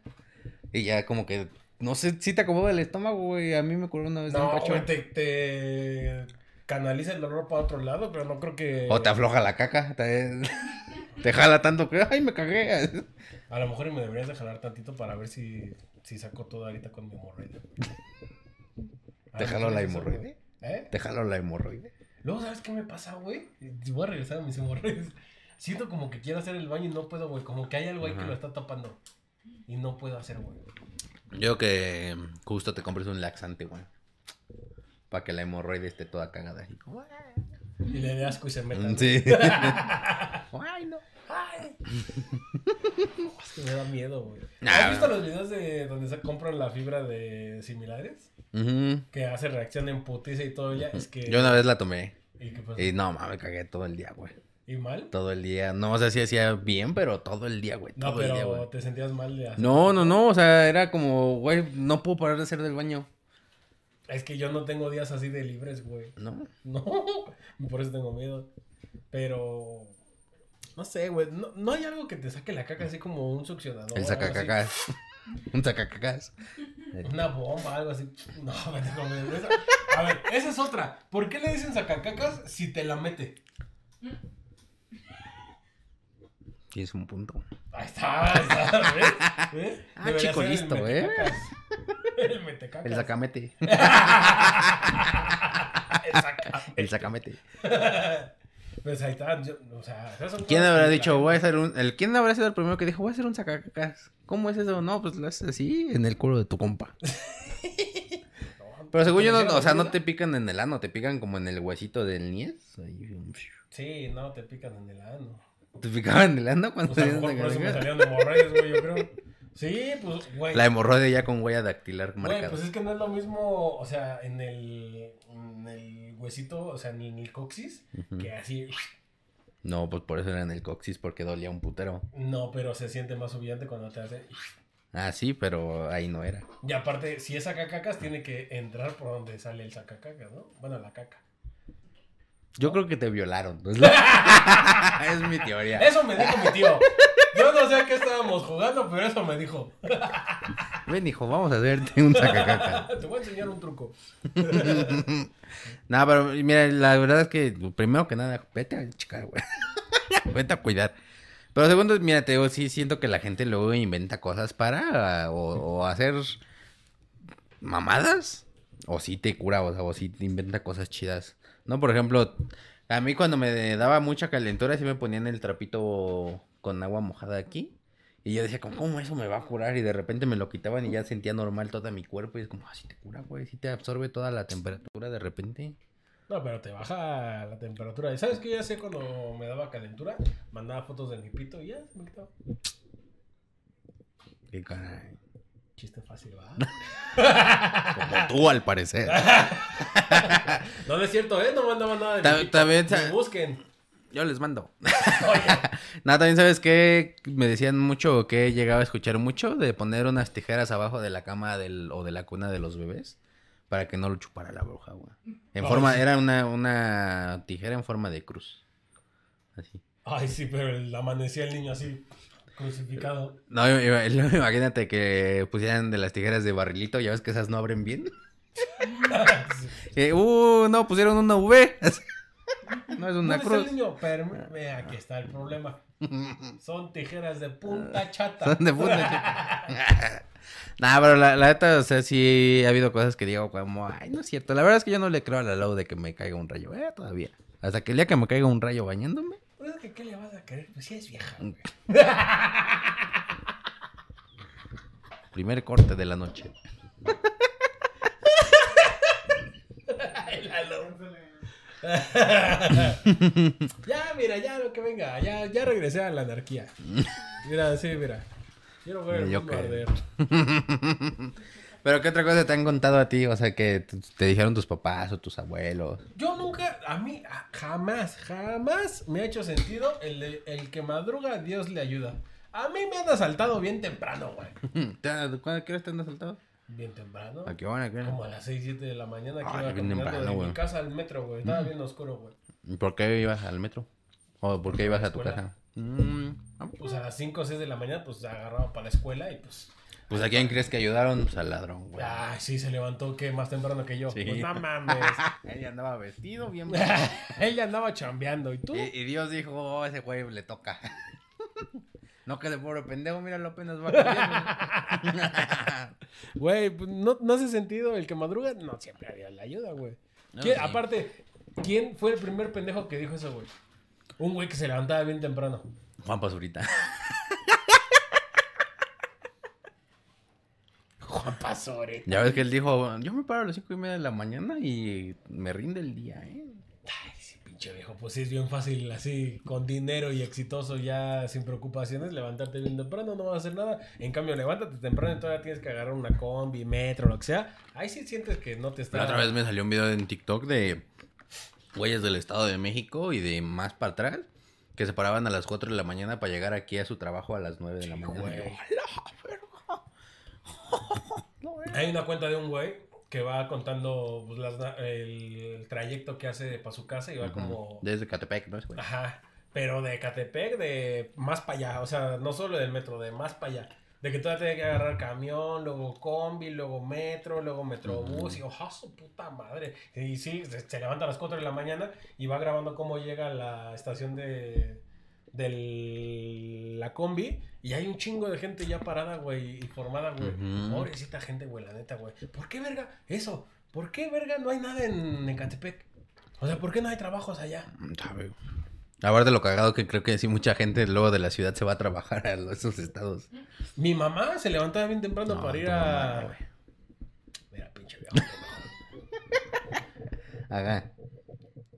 Y ya como que. No sé si te acomoda el estómago, güey. A mí me curó una vez del No, empacho. güey, te, te canaliza el dolor para otro lado, pero no creo que... O te afloja la caca. Te, te jala tanto que. ¡Ay, me cagué! A lo mejor y me deberías de jalar tantito para ver si, si saco todo ahorita con mi hemorroide. Ah, ¿Te jaló la hemorroide? ¿Eh? Te jalo la hemorroide. Luego, ¿sabes qué me pasa, güey? Voy a regresar a mis hemorroides. Siento como que quiero hacer el baño y no puedo, güey. Como que hay algo ahí que Ajá. lo está tapando. Y no puedo hacer, güey. Yo creo que mm, justo te compres un laxante, güey. Para que la hemorroide esté toda cagada. así como, Y le dé asco y se meta. Mm, Sí. Ay, no. güey. Es que me da miedo, güey. Nah, ¿Has visto no. los videos de donde se compran la fibra de similares? Ujú. Que hace reacción en putiza y todo ya. Es que... Pues Yo una vez la tomé. ¿Y qué pasa? Y no, mames, cagué todo el día, güey. ¿Y mal? Todo el día. No, o sea, sí hacía bien, pero todo el día, güey. No, todo el día, pero güey. te sentías mal de hacer- No, no, no. O sea, era como, güey, no puedo parar de hacer del baño. Es que yo no tengo días así de libres, güey. No. No, por eso tengo miedo. Pero. No sé, güey. No, no hay algo que te saque la caca así como un succionador. El algo así. sacacacas. Un Eh, sacacacas. Una bomba, algo así. No, me tengo miedo. Esa- A ver, esa es otra. ¿Por qué le dicen sacacacas si te la mete? Tienes un punto. Ahí está, ahí está. ¿Ves? ¿Ves? Ah, Debería chico ser el listo, ¿eh? metecacas. El El metecacas. sacamete. El saca. El sacamete. Pues ahí está. yo- o sea, esas son ¿Quién cosas habrá que la dicho, gente- voy a hacer un. El, ¿Quién habrá sido el primero que dijo, voy a hacer un sacacacas? ¿Cómo es eso? No, pues lo haces así en el culo de tu compa. Pero según yo, no, o sea, no te pican en el ano, te pican como en el huesito del niés. Ahí, um, Sí, no, te pican en el ano. ¿Te picaban en el ano cuando Pues a lo hacías mejor por eso me sacacacas? salieron hemorroides, güey, yo creo. Sí, pues, güey. La hemorroide ya con huella dactilar Güey, marcada. pues es que no es lo mismo, o sea, en el, en el huesito, o sea, en el coxis, Ujú. que así, No, pues por eso era en el coxis, porque dolía un putero. no, pero se siente más humillante cuando te hace. Ah, sí, pero ahí no era. Y aparte, si es sacacacas, tiene que entrar por donde sale el sacacacas, ¿no? Bueno, la caca. Yo creo que te violaron. Es, la- es mi teoría. Eso me dijo mi tío. Yo no sé a qué estábamos jugando, pero eso me dijo. Ven, hijo, vamos a hacerte un sacacacas. Ah, Te voy a enseñar un truco. No, pero mira, la verdad es que primero que nada, vete a chicar, güey. vete a cuidar. Pero segundo, mira, te digo, sí siento que la gente luego inventa cosas para o, o hacer mamadas. O sí te cura, o sea, o sí te inventa cosas chidas. No, por ejemplo, a mí cuando me daba mucha calentura, sí me ponían el trapito con agua mojada aquí. Y yo decía, como, ¿cómo eso me va a curar? Y de repente me lo quitaban y ya sentía normal todo mi cuerpo. Y es como, ah, sí te cura, güey, sí te absorbe toda la temperatura de repente. No, pero te baja la temperatura. ¿Y sabes qué? Ya sé cuando me daba calentura, mandaba fotos de mi pito y ya se me quitaba. Qué caray. Chiste fácil, ¿verdad? Como tú, al parecer. No, no es cierto, ¿eh? No mandaba nada de Ta- mi pito. también Me sa- busquen. Yo les mando. Oye, Nada, también sabes que me decían mucho que he llegado a escuchar mucho de poner unas tijeras abajo de la cama del, o de la cuna de los bebés para que no lo chupara la bruja, güey. En Ah, forma, sí. era una, una tijera en forma de cruz. Así. ay, sí, pero el- amanecía el niño así, crucificado. No, im- im- imagínate que pusieran de las tijeras de barrilito, ya ves que esas no abren bien. Eh, uh, no, pusieron una V. No es una ¿Dónde cruz. está el niño? Perme- Aquí está el problema. Son tijeras de punta chata. Son de fútbol, chico. Nah, pero la, la neta, o sea, sí ha habido cosas que digo como, ay, no es cierto. La verdad es que yo no le creo a la Lau de que me caiga un rayo, eh, todavía. Hasta que el día que me caiga un rayo bañándome. Pues es que, ¿qué le vas a querer? Pues sí es vieja. Primer corte de la noche. Ya, mira, ya lo que venga. Ya, ya regresé a la anarquía. Mira, sí, mira. Quiero ver el Yo mundo creo. arder. Pero, ¿qué otra cosa te han contado a ti? O sea, que t- te dijeron tus papás o tus abuelos. Yo nunca, a mí, a- jamás, jamás me ha hecho sentido el, de- el que madruga, Dios le ayuda. A mí me han asaltado bien temprano, güey. ¿Te han- ¿Cuándo qué hora te han asaltado? Bien temprano. ¿A qué hora? ¿A qué hora? Como a las 6, 7 de la mañana que Ay, iba bien caminando temprano, de güey. mi casa al metro, güey. Estaba bien oscuro, güey. ¿Y ¿Por qué ibas al metro? ¿O por qué ibas a tu Escuela. casa? Mm, ah, Pues a las 5 o 6 de la mañana, pues agarraba para la escuela y pues. Pues, ¿a quién crees que ayudaron? Pues al ladrón, güey. Ay, sí, se levantó que más temprano que yo. Sí. Pues no mames. Ella andaba vestido bien. Ella andaba chambeando. ¿Y tú? Y, y Dios dijo, "Oh, ese güey le toca. no que de pobre pendejo, míralo apenas va corriendo. Güey, pues, no, no hace sentido. El que madruga no siempre había la ayuda, güey. No, ¿Quién- sí. Aparte, ¿quién fue el primer pendejo que dijo eso, güey? Un güey que se levantaba bien temprano. Juan pues, Pazurita. Juan Pasore. Ya ves que él dijo, yo me paro a las cinco y media de la mañana y me rinde el día, ¿eh? Ay, ese pinche viejo. Pues sí, es bien fácil, así, con dinero y exitoso, ya sin preocupaciones, levantarte bien temprano, no vas a hacer nada. En cambio, levántate temprano y todavía tienes que agarrar una combi, metro, lo que sea. Ahí sí sientes que no te está. La otra vez me salió un video en TikTok de güeyes del Estado de México y de más para atrás que se paraban a las 4 de la mañana para llegar aquí a su trabajo a las 9 de la mañana. güey. Hay una cuenta de un güey que va contando pues, las na- el trayecto que hace para su casa y va Ujú. como... Desde Catepec, ¿no es, güey? Ajá. Pero de Catepec, de más para allá. O sea, no solo del metro, de más para allá. De que todavía tenía que agarrar camión, luego combi, luego metro, luego metrobús. Y ojo, su puta madre. Y sí, se, se levanta a las 4 de la mañana y va grabando cómo llega a la estación de del la combi y hay un chingo de gente ya parada, güey, y formada, güey. Ujú. Pobrecita gente, güey, la neta, güey. ¿Por qué verga eso? ¿Por qué verga no hay nada en Ecatepec? O sea, ¿por qué no hay trabajos allá? Sabe, güey. Aparte de lo cagado que creo que sí mucha gente luego de la ciudad se va a trabajar a los- esos estados. Mi mamá se levantaba bien temprano No, para ir tu a. mamá, güey. Mira, pinche viejo. Ajá.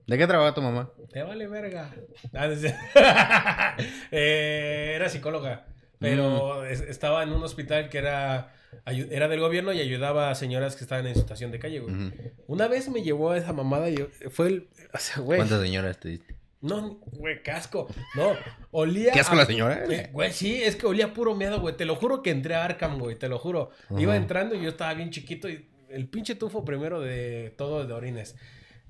¿De qué trabaja tu mamá? Te vale verga. Ah, no sé. Eh, era psicóloga. Pero Mm. es- estaba en un hospital que era, ayu- era del gobierno y ayudaba a señoras que estaban en situación de calle, güey. Ujú. Una vez me llevó a esa mamada y yo- fue el. O sea, güey. ¿Cuántas señoras te diste? No, güey, casco. No, olía. ¿Qué asco a- la señora? Eh, Güey, sí, es que olía puro miedo, güey. Te lo juro que entré a Arkham, güey. Te lo juro. Iba Ajá. entrando y yo estaba bien chiquito y el pinche tufo primero de todo de orines.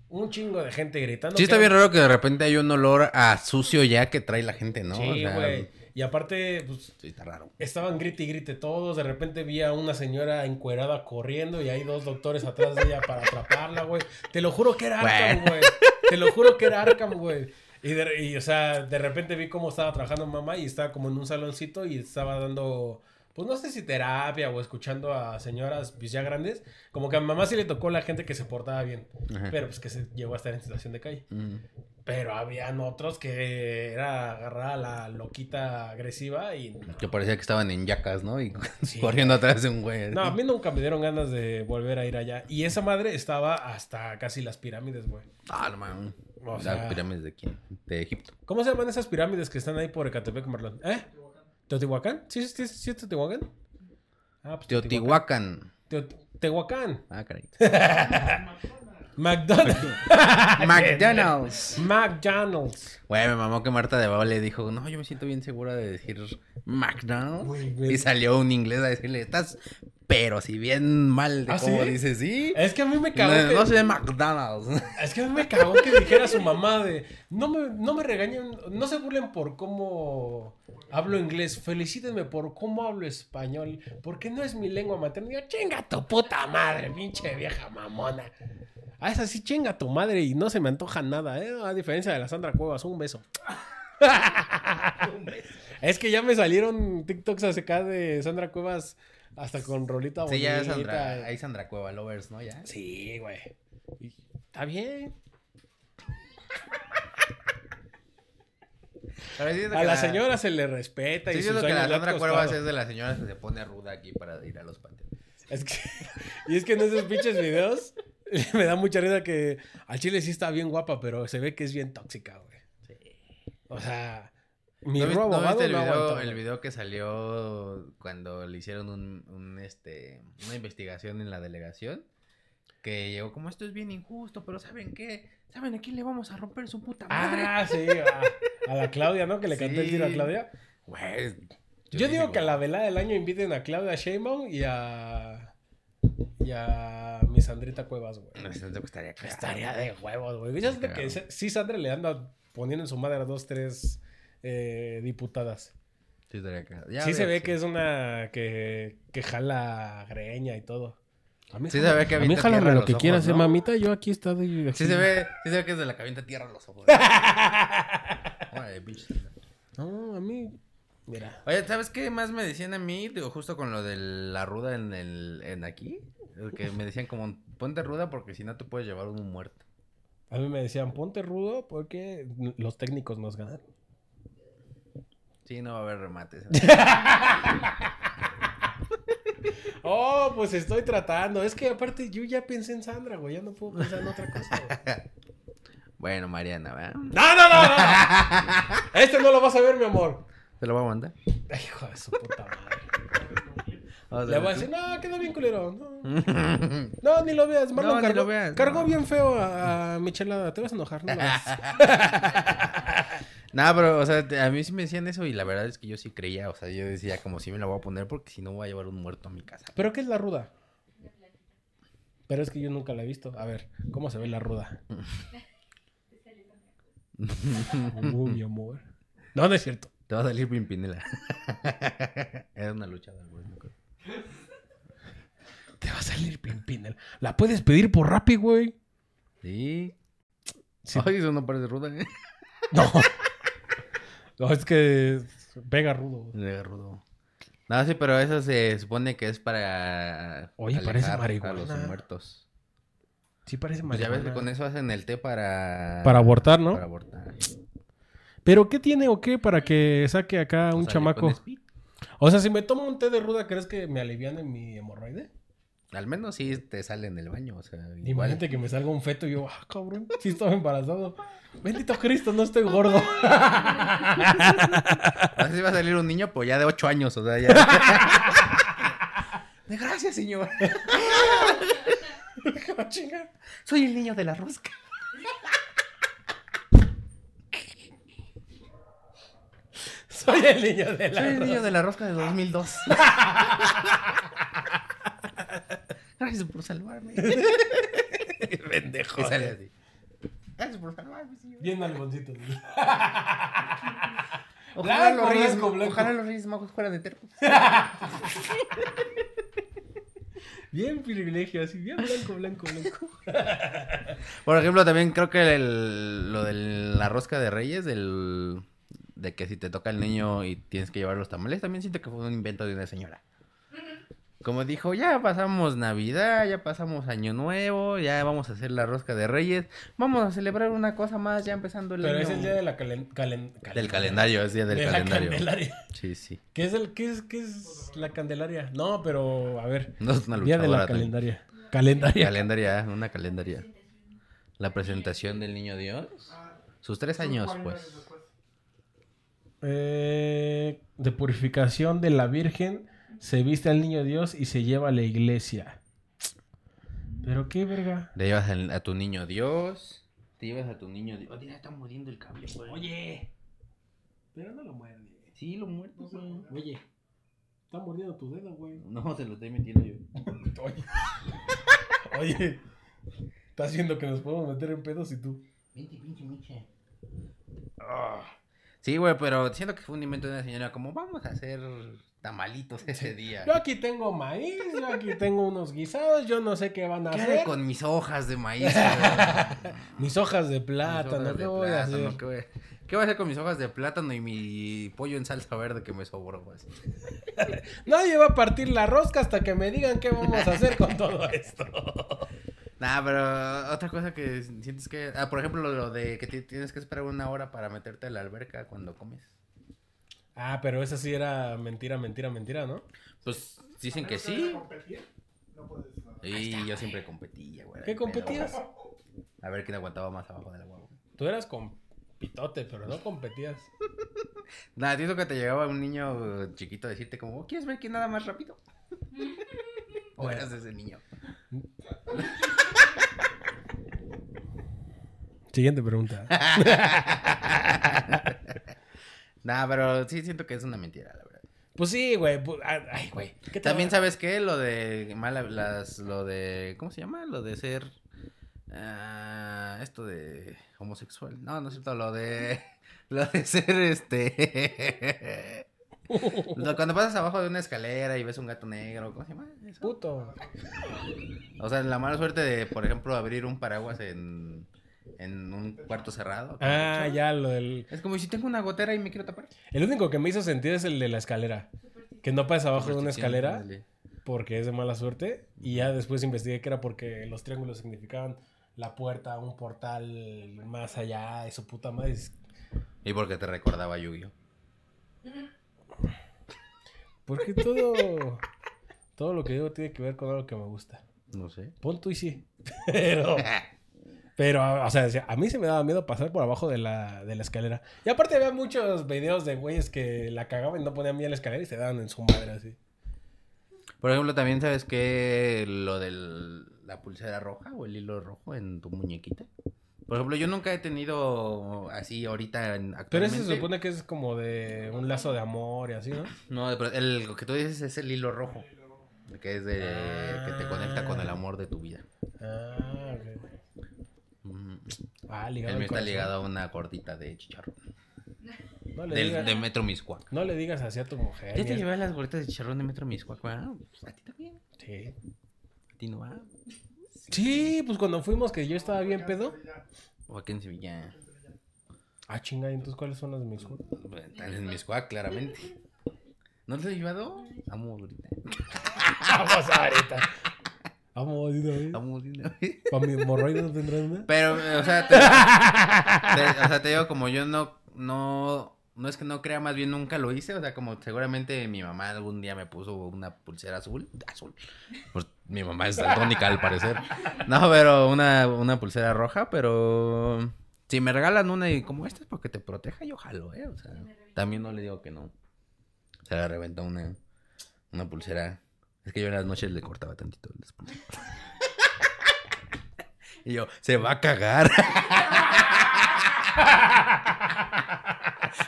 Un chingo de gente gritando. Sí, que está bien era- raro que de repente hay un olor a sucio ya que trae la gente, ¿no? O Sí, sea, güey. Y aparte, pues, Sí, está raro. estaban grite y grite todos. De repente vi a una señora encuerada corriendo y hay dos doctores atrás de ella para atraparla, güey. Te lo juro que era Arkham, güey. Te lo juro que era Arkham, güey. Y, de- y, o sea, de repente vi cómo estaba trabajando mamá y estaba como en un saloncito y estaba dando, pues no sé si terapia o escuchando a señoras pues, ya grandes. Como que a mamá sí le tocó la gente que se portaba bien, Ajá. pero pues que se llegó a estar en situación de calle. Mm. Pero habían otros que era agarrar a la loquita agresiva y... no. Que parecía que estaban en yacas, ¿no? Y Sí. corriendo atrás de un güey. No, a mí nunca me dieron ganas de volver a ir allá. Y esa madre estaba hasta casi las pirámides, güey. Ah, no mames. O O sea- sea, pirámides de quién? De Egipto. ¿Cómo se llaman esas pirámides que están ahí por Ecatepec, Marlon? ¿Eh? ¿Teotihuacán? ¿Sí, sí, sí es Teotihuacán? Ah, pues Teotihuacán. Teot- Tehuacán. Ah, caray. McDonald's. Ah, McDonald's. McDonald's. Güey, me mamó que Marta de Baile dijo, no, yo me siento bien segura de decir McDonald's. Güey, güey. y salió un inglés a decirle, estás, pero si bien mal de ¿Ah, cómo sí? dice, sí. Es que a mí me cagó No, que... no sé McDonald's. Es que a mí me cagó que dijera su mamá de... No me, no me regañen, no se burlen por cómo hablo inglés. Felicítenme por cómo hablo español. Porque no es mi lengua materna. Yo, chinga tu puta madre, pinche vieja mamona. Ah, esa sí chinga tu madre y no se me antoja nada, ¿eh? A diferencia de la Sandra Cuevas, un beso. es que ya me salieron TikToks acá de Sandra Cuevas hasta con rolita Ah, bonita. Sí, ya es Sandra, hay Sandra Cueva Lovers, ¿no? Ya. Sí, güey. Y- Está bien. Pero sí es de A que la señora se le respeta. Sí, y yo sus creo que la años le han Sandra Cuevas costado. es de las señoras que se pone ruda aquí para ir a los panteones. Es que, y es que en esos pinches videos me da mucha risa que al chile sí está bien guapa, pero se ve que es bien tóxica, güey. O sea, mi ¿No, robo viste- no abogado viste el no video, aguantó, el güey. video que salió cuando le hicieron un, un, este, una investigación en la delegación? Que llegó como, esto es bien injusto, pero ¿saben qué? ¿Saben a quién le vamos a romper su puta madre? Ah, sí, a, a la Claudia, ¿no? Que le cantó el tiro a Sí. Claudia. Güey, Yo, dije, digo que a güey, la velada del año inviten a Claudia Sheinbaum y a... Y a mi Sandrita Cuevas, güey. No sé, te gustaría que- Estaría de huevos, güey. Ya sabes que Cagado. se- sí, Sandra le anda poniendo en su madre a dos, tres eh, diputadas. Sí, estaría que- ya sí se veo ve sí. que es una que, que jala greña y todo. A mí, Sí se ve que a mí avienta jálame tierra a lo los que ojos, quieras, eh, ¿no? mamita. Yo aquí he estado y... Sí se ve, sí se ve que es de la que avienta tierra a los ojos. Órale, pinche Sandra. No, a mí... Mira. Oye, ¿sabes qué más me decían a mí? Digo, justo con lo de la ruda en el en aquí. Que me decían como, ponte ruda porque si no te puedes llevar un muerto. A mí me decían, ponte rudo porque los técnicos nos ganan. Sí, no va a haber remates. Oh, pues estoy tratando. Es que aparte yo ya pensé en Sandra, güey. Ya no puedo pensar en otra cosa. güey. bueno, Mariana, ¿verdad? ¡No, no, no, no, no! Este no lo vas a ver, mi amor. ¿Te lo voy a mandar? Ay, hijo de su puta madre. O sea, Le voy a decir, no, quedó bien culero. No, No, ni lo veas. Marlon No, ni cargó, lo veas, cargó no. bien feo a, a Michelada. Te vas a enojar, no lo hagas. Nada, pero, o sea, te- a mí sí me decían eso y la verdad es que yo sí creía, o sea, yo decía como si me la voy a poner porque si no voy a llevar un muerto a mi casa. ¿Pero qué es la ruda? Pero es que yo nunca la he visto. A ver, ¿cómo se ve la ruda? Uh, mi amor. No, no es cierto. Te va a salir Pimpinela. Era una luchadora, güey. me acuerdo. Te va a salir Pimpinela. La puedes pedir por Rappi, güey. Sí. Sí. Ay, eso no parece ruda, ¿eh? No. No, es que pega rudo. Le rudo. No, sí, pero eso se supone que es para. Oye, parece alejar marihuana. A los muertos. Sí parece Pues ya ves que marihuana. con eso hacen el té para. Para abortar, ¿no? Para abortar. ¿Pero qué tiene o qué para que saque acá O un sea, le chamaco? pones pi. O sea, si me tomo un té de ruda, ¿crees que me alivian en mi hemorroide? Al menos sí te sale en el baño, o sea. Igual. Imagínate que me salga un feto y yo, ah, cabrón, sí estaba embarazado. Bendito Cristo, no estoy gordo. Así va a salir un niño, pues ya de 8 años, o sea, ya. De gracias, señor. Chinga. Soy el niño de la rosca. Soy el niño de Soy la el ruda. niño de la rosca de 2002. Gracias por salvarme. Pendejo. Y sale así. Gracias por salvarme, señor. Bien algoncito. Ojalá, Blanco, los reyes, blanco, blanco. ojalá los Reyes Magos fueran de tercos. Bien privilegio, así, bien blanco, blanco, blanco. Por ejemplo, también creo que el- lo de la rosca de Reyes, del, de que si te toca el niño y tienes que llevar los tamales, también siento que fue un invento de una señora. Como dijo, ya pasamos Navidad, ya pasamos Año Nuevo, ya vamos a hacer la rosca de Reyes, vamos a celebrar una cosa más ya empezando el Pero año. es el día de la calen- calen- calen- Del calendario, es día del de la calendario. Candelaria. Sí, sí. ¿Qué es, el, qué, es, ¿Qué es la Candelaria? No, pero a ver. No es una Día de la luchadora también. Calendaria. Calendaria. Calendaria, ah, una calendaria. La presentación del niño Dios. Sus tres años, pues. Eh, de purificación de la Virgen, se viste al niño Dios y se lleva a la iglesia. Pero qué verga. Le llevas al- a, tu niño Dios. Te llevas a tu niño Dios. Oye, Oh, ya está muriendo el cable, güey. Oye. Pero no lo muerde. Sí, lo muerto, güey. Oye. Está mordiendo tu dedo, güey. No, se lo estoy metiendo yo. Oye. Oye. Está haciendo que nos podemos meter en pedos y tú. Vente, pinche miche. Ah. Sí, güey, pero siento que fue un invento de una señora. Como vamos a hacer tamalitos ese día. Yo aquí tengo maíz, yo aquí tengo unos guisados, yo no sé qué van a ¿Qué hacer. haré con mis hojas de maíz? güey? Mis hojas de Mis plátano, hojas ¿qué de voy a hacer? plátano, ¿Qué voy qué voy a hacer con mis hojas de plátano y mi pollo en salsa verde que me sobró? pues? güey? Nadie va a partir la rosca hasta que me digan qué vamos a hacer con todo esto. Nah, pero otra cosa que sientes que... Ah, por ejemplo, lo de que ti- tienes que esperar una hora para meterte a la alberca cuando comes. Ah, pero esa sí era mentira, mentira, mentira, ¿no? Pues dicen que sí. Y yo siempre competía, güey. ¿Qué Pero, competías? A ver quién aguantaba más abajo del agua. güey. Tú eras con pitote, pero no competías. Nada, siento que te llegaba un niño eh, chiquito a decirte como, "Oh, ¿quieres ver quién nada más rápido? o eras ese niño. Siguiente pregunta. Nah, pero sí siento que es una mentira, la verdad. Pues sí, güey. pu- ah, Ay, güey. ¿Qué te También va- sabes qué, lo de mala- las, lo de ¿cómo se llama? Lo de ser ah, esto de homosexual. No, no es cierto, lo de lo de ser este lo- cuando pasas abajo de una escalera y ves un gato negro, ¿cómo se llama? eso? Puto. O sea, la mala suerte de, por ejemplo, abrir un paraguas en en un cuarto cerrado. Ah, ya, lo del. Es como si tengo una gotera y me quiero tapar. El único que me hizo sentir es el de la escalera. Que no pasa abajo de una escalera Pues Ándale. porque es de mala suerte. Y ya después investigué que era porque los triángulos significaban la puerta, un portal más allá de su puta madre. Y porque te recordaba a Yu-Gi-Oh. Porque todo. Todo lo que digo tiene que ver con algo que me gusta. No sé. Pon tú y sí. Pero. Pero, o sea, a mí se me daba miedo pasar por abajo de la, de la escalera. Y aparte había muchos videos de güeyes que la cagaban y no ponían bien la escalera y se daban en su madre así. Por ejemplo, también sabes que lo de la pulsera roja o el hilo rojo en tu muñequita. Por ejemplo, yo nunca he tenido así ahorita en- Pero actualmente. ese se supone que es como de un lazo de amor y así, ¿no? No, pero el, lo que tú dices es el hilo rojo. Que es de... que te conecta con el amor de tu vida. Ah, ok. Mm. Ah, El ligado. al mío está corazón. ligado a una gordita de chicharrón. No le, Del, digas, de Metro Miscuac. no le digas así a tu mujer. Ya ni te a- llevé las gorditas de chicharrón de Metro Miscuac, ¿verdad? Pues, a ti también. Sí. A ti no va. Sí, pues cuando fuimos que yo estaba bien pedo. O aquí en Sevilla. Ah, chinga, ¿y entonces cuáles son las de mis cu- Bueno, Están en Miscuac, claramente. ¿No te has llevado? Amo gordita. Vamos ahorita. Vamos, ahorita. Amo gordita. Para mi hemorroide no tendrán una. Pero, eh, o sea, te, te- o sea, te digo, como yo no, no, no es que no crea, más bien nunca lo hice. O sea, como seguramente mi mamá algún día me puso una pulsera azul. Azul. Pues mi mamá es daltónica al parecer. No, pero una, una pulsera roja, pero si me regalan una y como esta es porque te proteja, yo jalo, ¿eh? O sea, también no le digo que no. Se la reventó una, una pulsera. Es que yo en las noches le cortaba tantito las pulseras. Y yo, se va a cagar.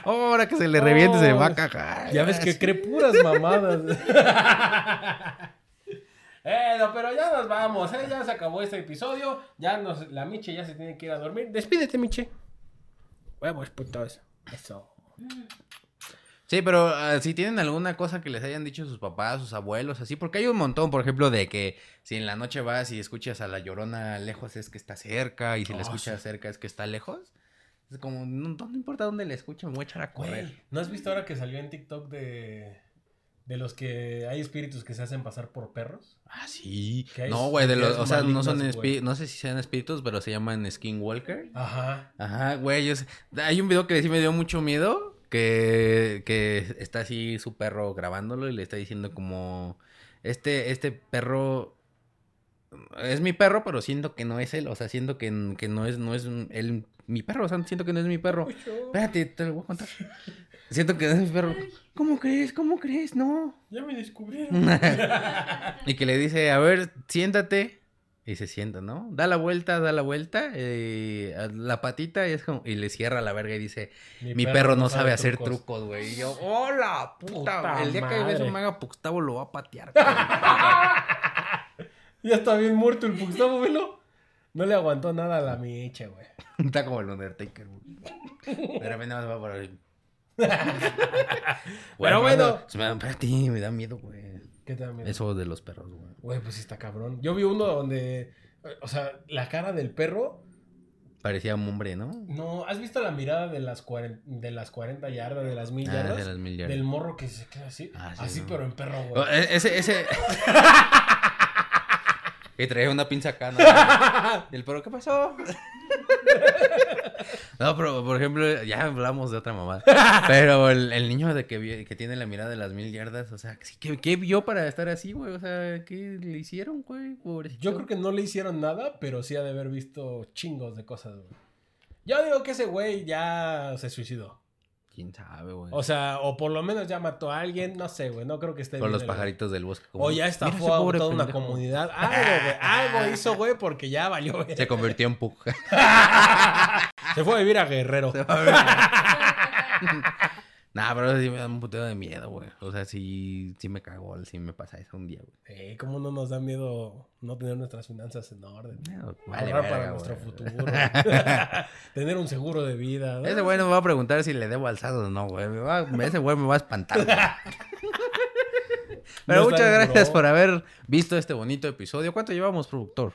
Ahora que se le reviente, se va a cagar. Ya ves que cree puras mamadas. Eh, no, pero ya nos vamos, ¿eh? ya se acabó este episodio. Ya nos, la Miche ya se tiene que ir a dormir. Despídete, Miche. Huevos, putos. Eso. Sí, pero ah, si tienen alguna cosa que les hayan dicho sus papás, sus abuelos, así, porque hay un montón, por ejemplo, de que si en la noche vas y escuchas a la llorona lejos es que está cerca, y si la Oh, escuchas cerca es que está lejos. Es como, no, no importa dónde la escuchen, voy a echar a correr. Güey, ¿no has visto ahora que salió en TikTok de, de los que hay espíritus que se hacen pasar por perros? Ah, sí. Que hay No, güey, de los, ideas o sea, no son malignas, güey. espíritus, no sé si sean espíritus, pero se llaman skinwalker. Ajá. Ajá, güey, yo sé- hay un video que sí me dio mucho miedo, que, que está así su perro grabándolo y le está diciendo como, este, este perro es mi perro, pero siento que no es él, o sea, siento que, que no es, no es un- él, mi perro, o sea, siento que no es mi perro. Espérate, te lo voy a contar. Siento que no es mi perro. ¿Cómo crees? ¿Cómo crees? No. Ya me descubrieron. y que le dice, a ver, siéntate. Y se sienta, ¿no? Da la vuelta, da la vuelta, eh, a la patita y es como, y le cierra la verga y dice, mi perro, no sabe, hacer trucos, güey. Y yo, hola, puta, Puta güey! el día que ves madre. un maga Puxtavo lo va a patear. güey. Ya está bien muerto el Puxtavo, velo. No le aguantó nada a la Miche, güey. Está como el Undertaker, güey. De repente nada más va por ahí. Pero bueno. Se me da, espérate, me da miedo, güey. ¿Qué te da miedo? Eso de los perros, güey. Güey, pues sí está cabrón. Yo vi uno donde, eh, o sea, la cara del perro. Parecía un hombre, ¿no? No, ¿has visto la mirada de las, cuaren- de las 40 yardas, de las mil Ah, yardas? de las mil yardas. Del morro que se queda así. Ah, sí, así, no. pero en perro, güey. Oh, e- ese, ese. que traía una pinza acá, ¿no? Y el perro, ¿qué pasó? No, pero por ejemplo, ya hablamos de otra mamá. Pero el, el niño de que, vi- que tiene la mirada de las mil yardas, o sea, ¿qué, qué vio para estar así, güey? O sea, ¿qué le hicieron, güey? Pobrecito. Yo creo que no le hicieron nada, pero sí ha de haber visto chingos de cosas, güey. Yo digo que ese güey ya se suicidó. ¿Quién sabe, güey? O sea, o por lo menos ya mató a alguien, no sé, güey. No creo que esté Por bien los el- pajaritos del bosque. como, O ya "Mira ese estafó a pobre toda una pendejo". comunidad. Algo, güey. Algo hizo, güey, porque ya valió. güey. Se convirtió en pug. Se fue a vivir a Guerrero. Nah, pero sí me da un puteo de miedo, güey. O sea, sí, sí me cago, sí me pasa eso un día, güey. Eh, ¿Cómo no nos da miedo no tener nuestras finanzas en orden? No, vale Ahorrar verga, para nuestro güey. futuro. tener un seguro de vida. ¿no? Ese güey nos va a preguntar si le debo alzado o no, güey. Me va- ese güey me va a espantar. güey. Pero No está muchas bien, gracias bro. por haber visto este bonito episodio. ¿Cuánto llevamos, productor?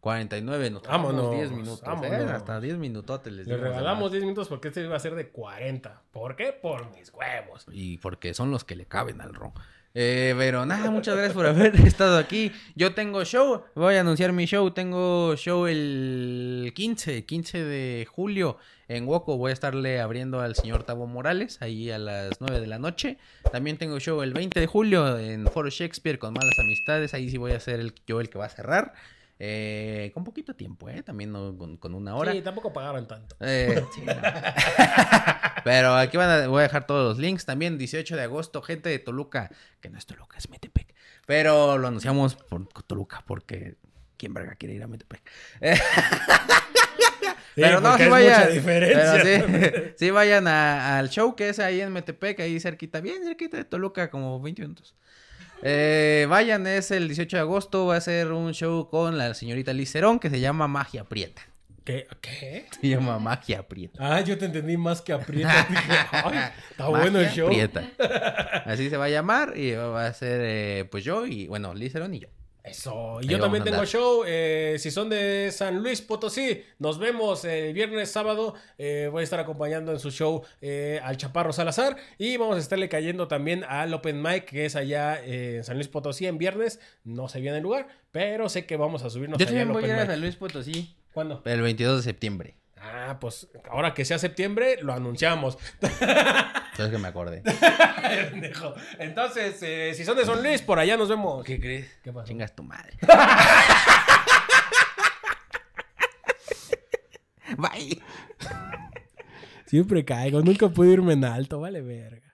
49, nos tardamos Vámonos, 10 minutos. ¿eh? vámonos. Hasta 10 minutotes les Le dimos de regalamos 10 minutos porque este iba a ser de 40. ¿Por qué? Por mis huevos. y porque son los que le caben al ron. Eh, pero nada, muchas gracias por haber estado aquí. Yo tengo show, voy a anunciar mi show. Tengo show el 15, 15 de julio en Woco. Voy a estarle abriendo al señor Tabo Morales ahí a las 9 de la noche. También tengo show el 20 de julio en Foro Shakespeare con Malas Amistades. Ahí sí voy a ser el, yo el que va a cerrar. Eh, con poquito tiempo, ¿eh? También no- con, con una hora. Sí, tampoco pagaban tanto. Eh, sí, no. Pero aquí van a- voy a dejar todos los links. También 18 de agosto, gente de Toluca, que no es Toluca, es Metepec. Pero lo anunciamos por Toluca porque quién verga quiere ir a Metepec. Eh, pero no, porque sí es vayan. mucha diferencia. pero sí, sí vayan a- al show que es ahí en Metepec, ahí cerquita, bien cerquita de Toluca, como 20 minutos. Eh, vayan, es el 18 de agosto, va a ser un show con la señorita Liz Cerón que se llama Magia Prieta. ¿Qué? ¿Qué? Se llama Magia Prieta. Ah, yo te entendí más que aprieta. Dije, ay, está Magia Ah, bueno el show. Prieta. Así se va a llamar y va a ser eh, pues yo y bueno, Liz Cerón y yo. Eso. Y Ahí yo vamos también a tengo andar. show. eh, si son de San Luis Potosí, nos vemos el viernes sábado. Eh, voy a estar acompañando en su show eh, al Chaparro Salazar. Y vamos a estarle cayendo también al Open Mic, que es allá eh, en San Luis Potosí en viernes. No sé bien el lugar, pero sé que vamos a subirnos yo allá también al voy a Open ir a Mic. San Luis Potosí ¿Cuándo? el 22 de septiembre. Ah, pues ahora que sea septiembre, lo anunciamos. Entonces que me acordé. Pendejo. Entonces, eh, si son de San Luis, por allá nos vemos. ¿Qué crees? ¿Qué pasó? Chingas tu madre. Bye. Siempre caigo, nunca pude irme en alto, vale verga.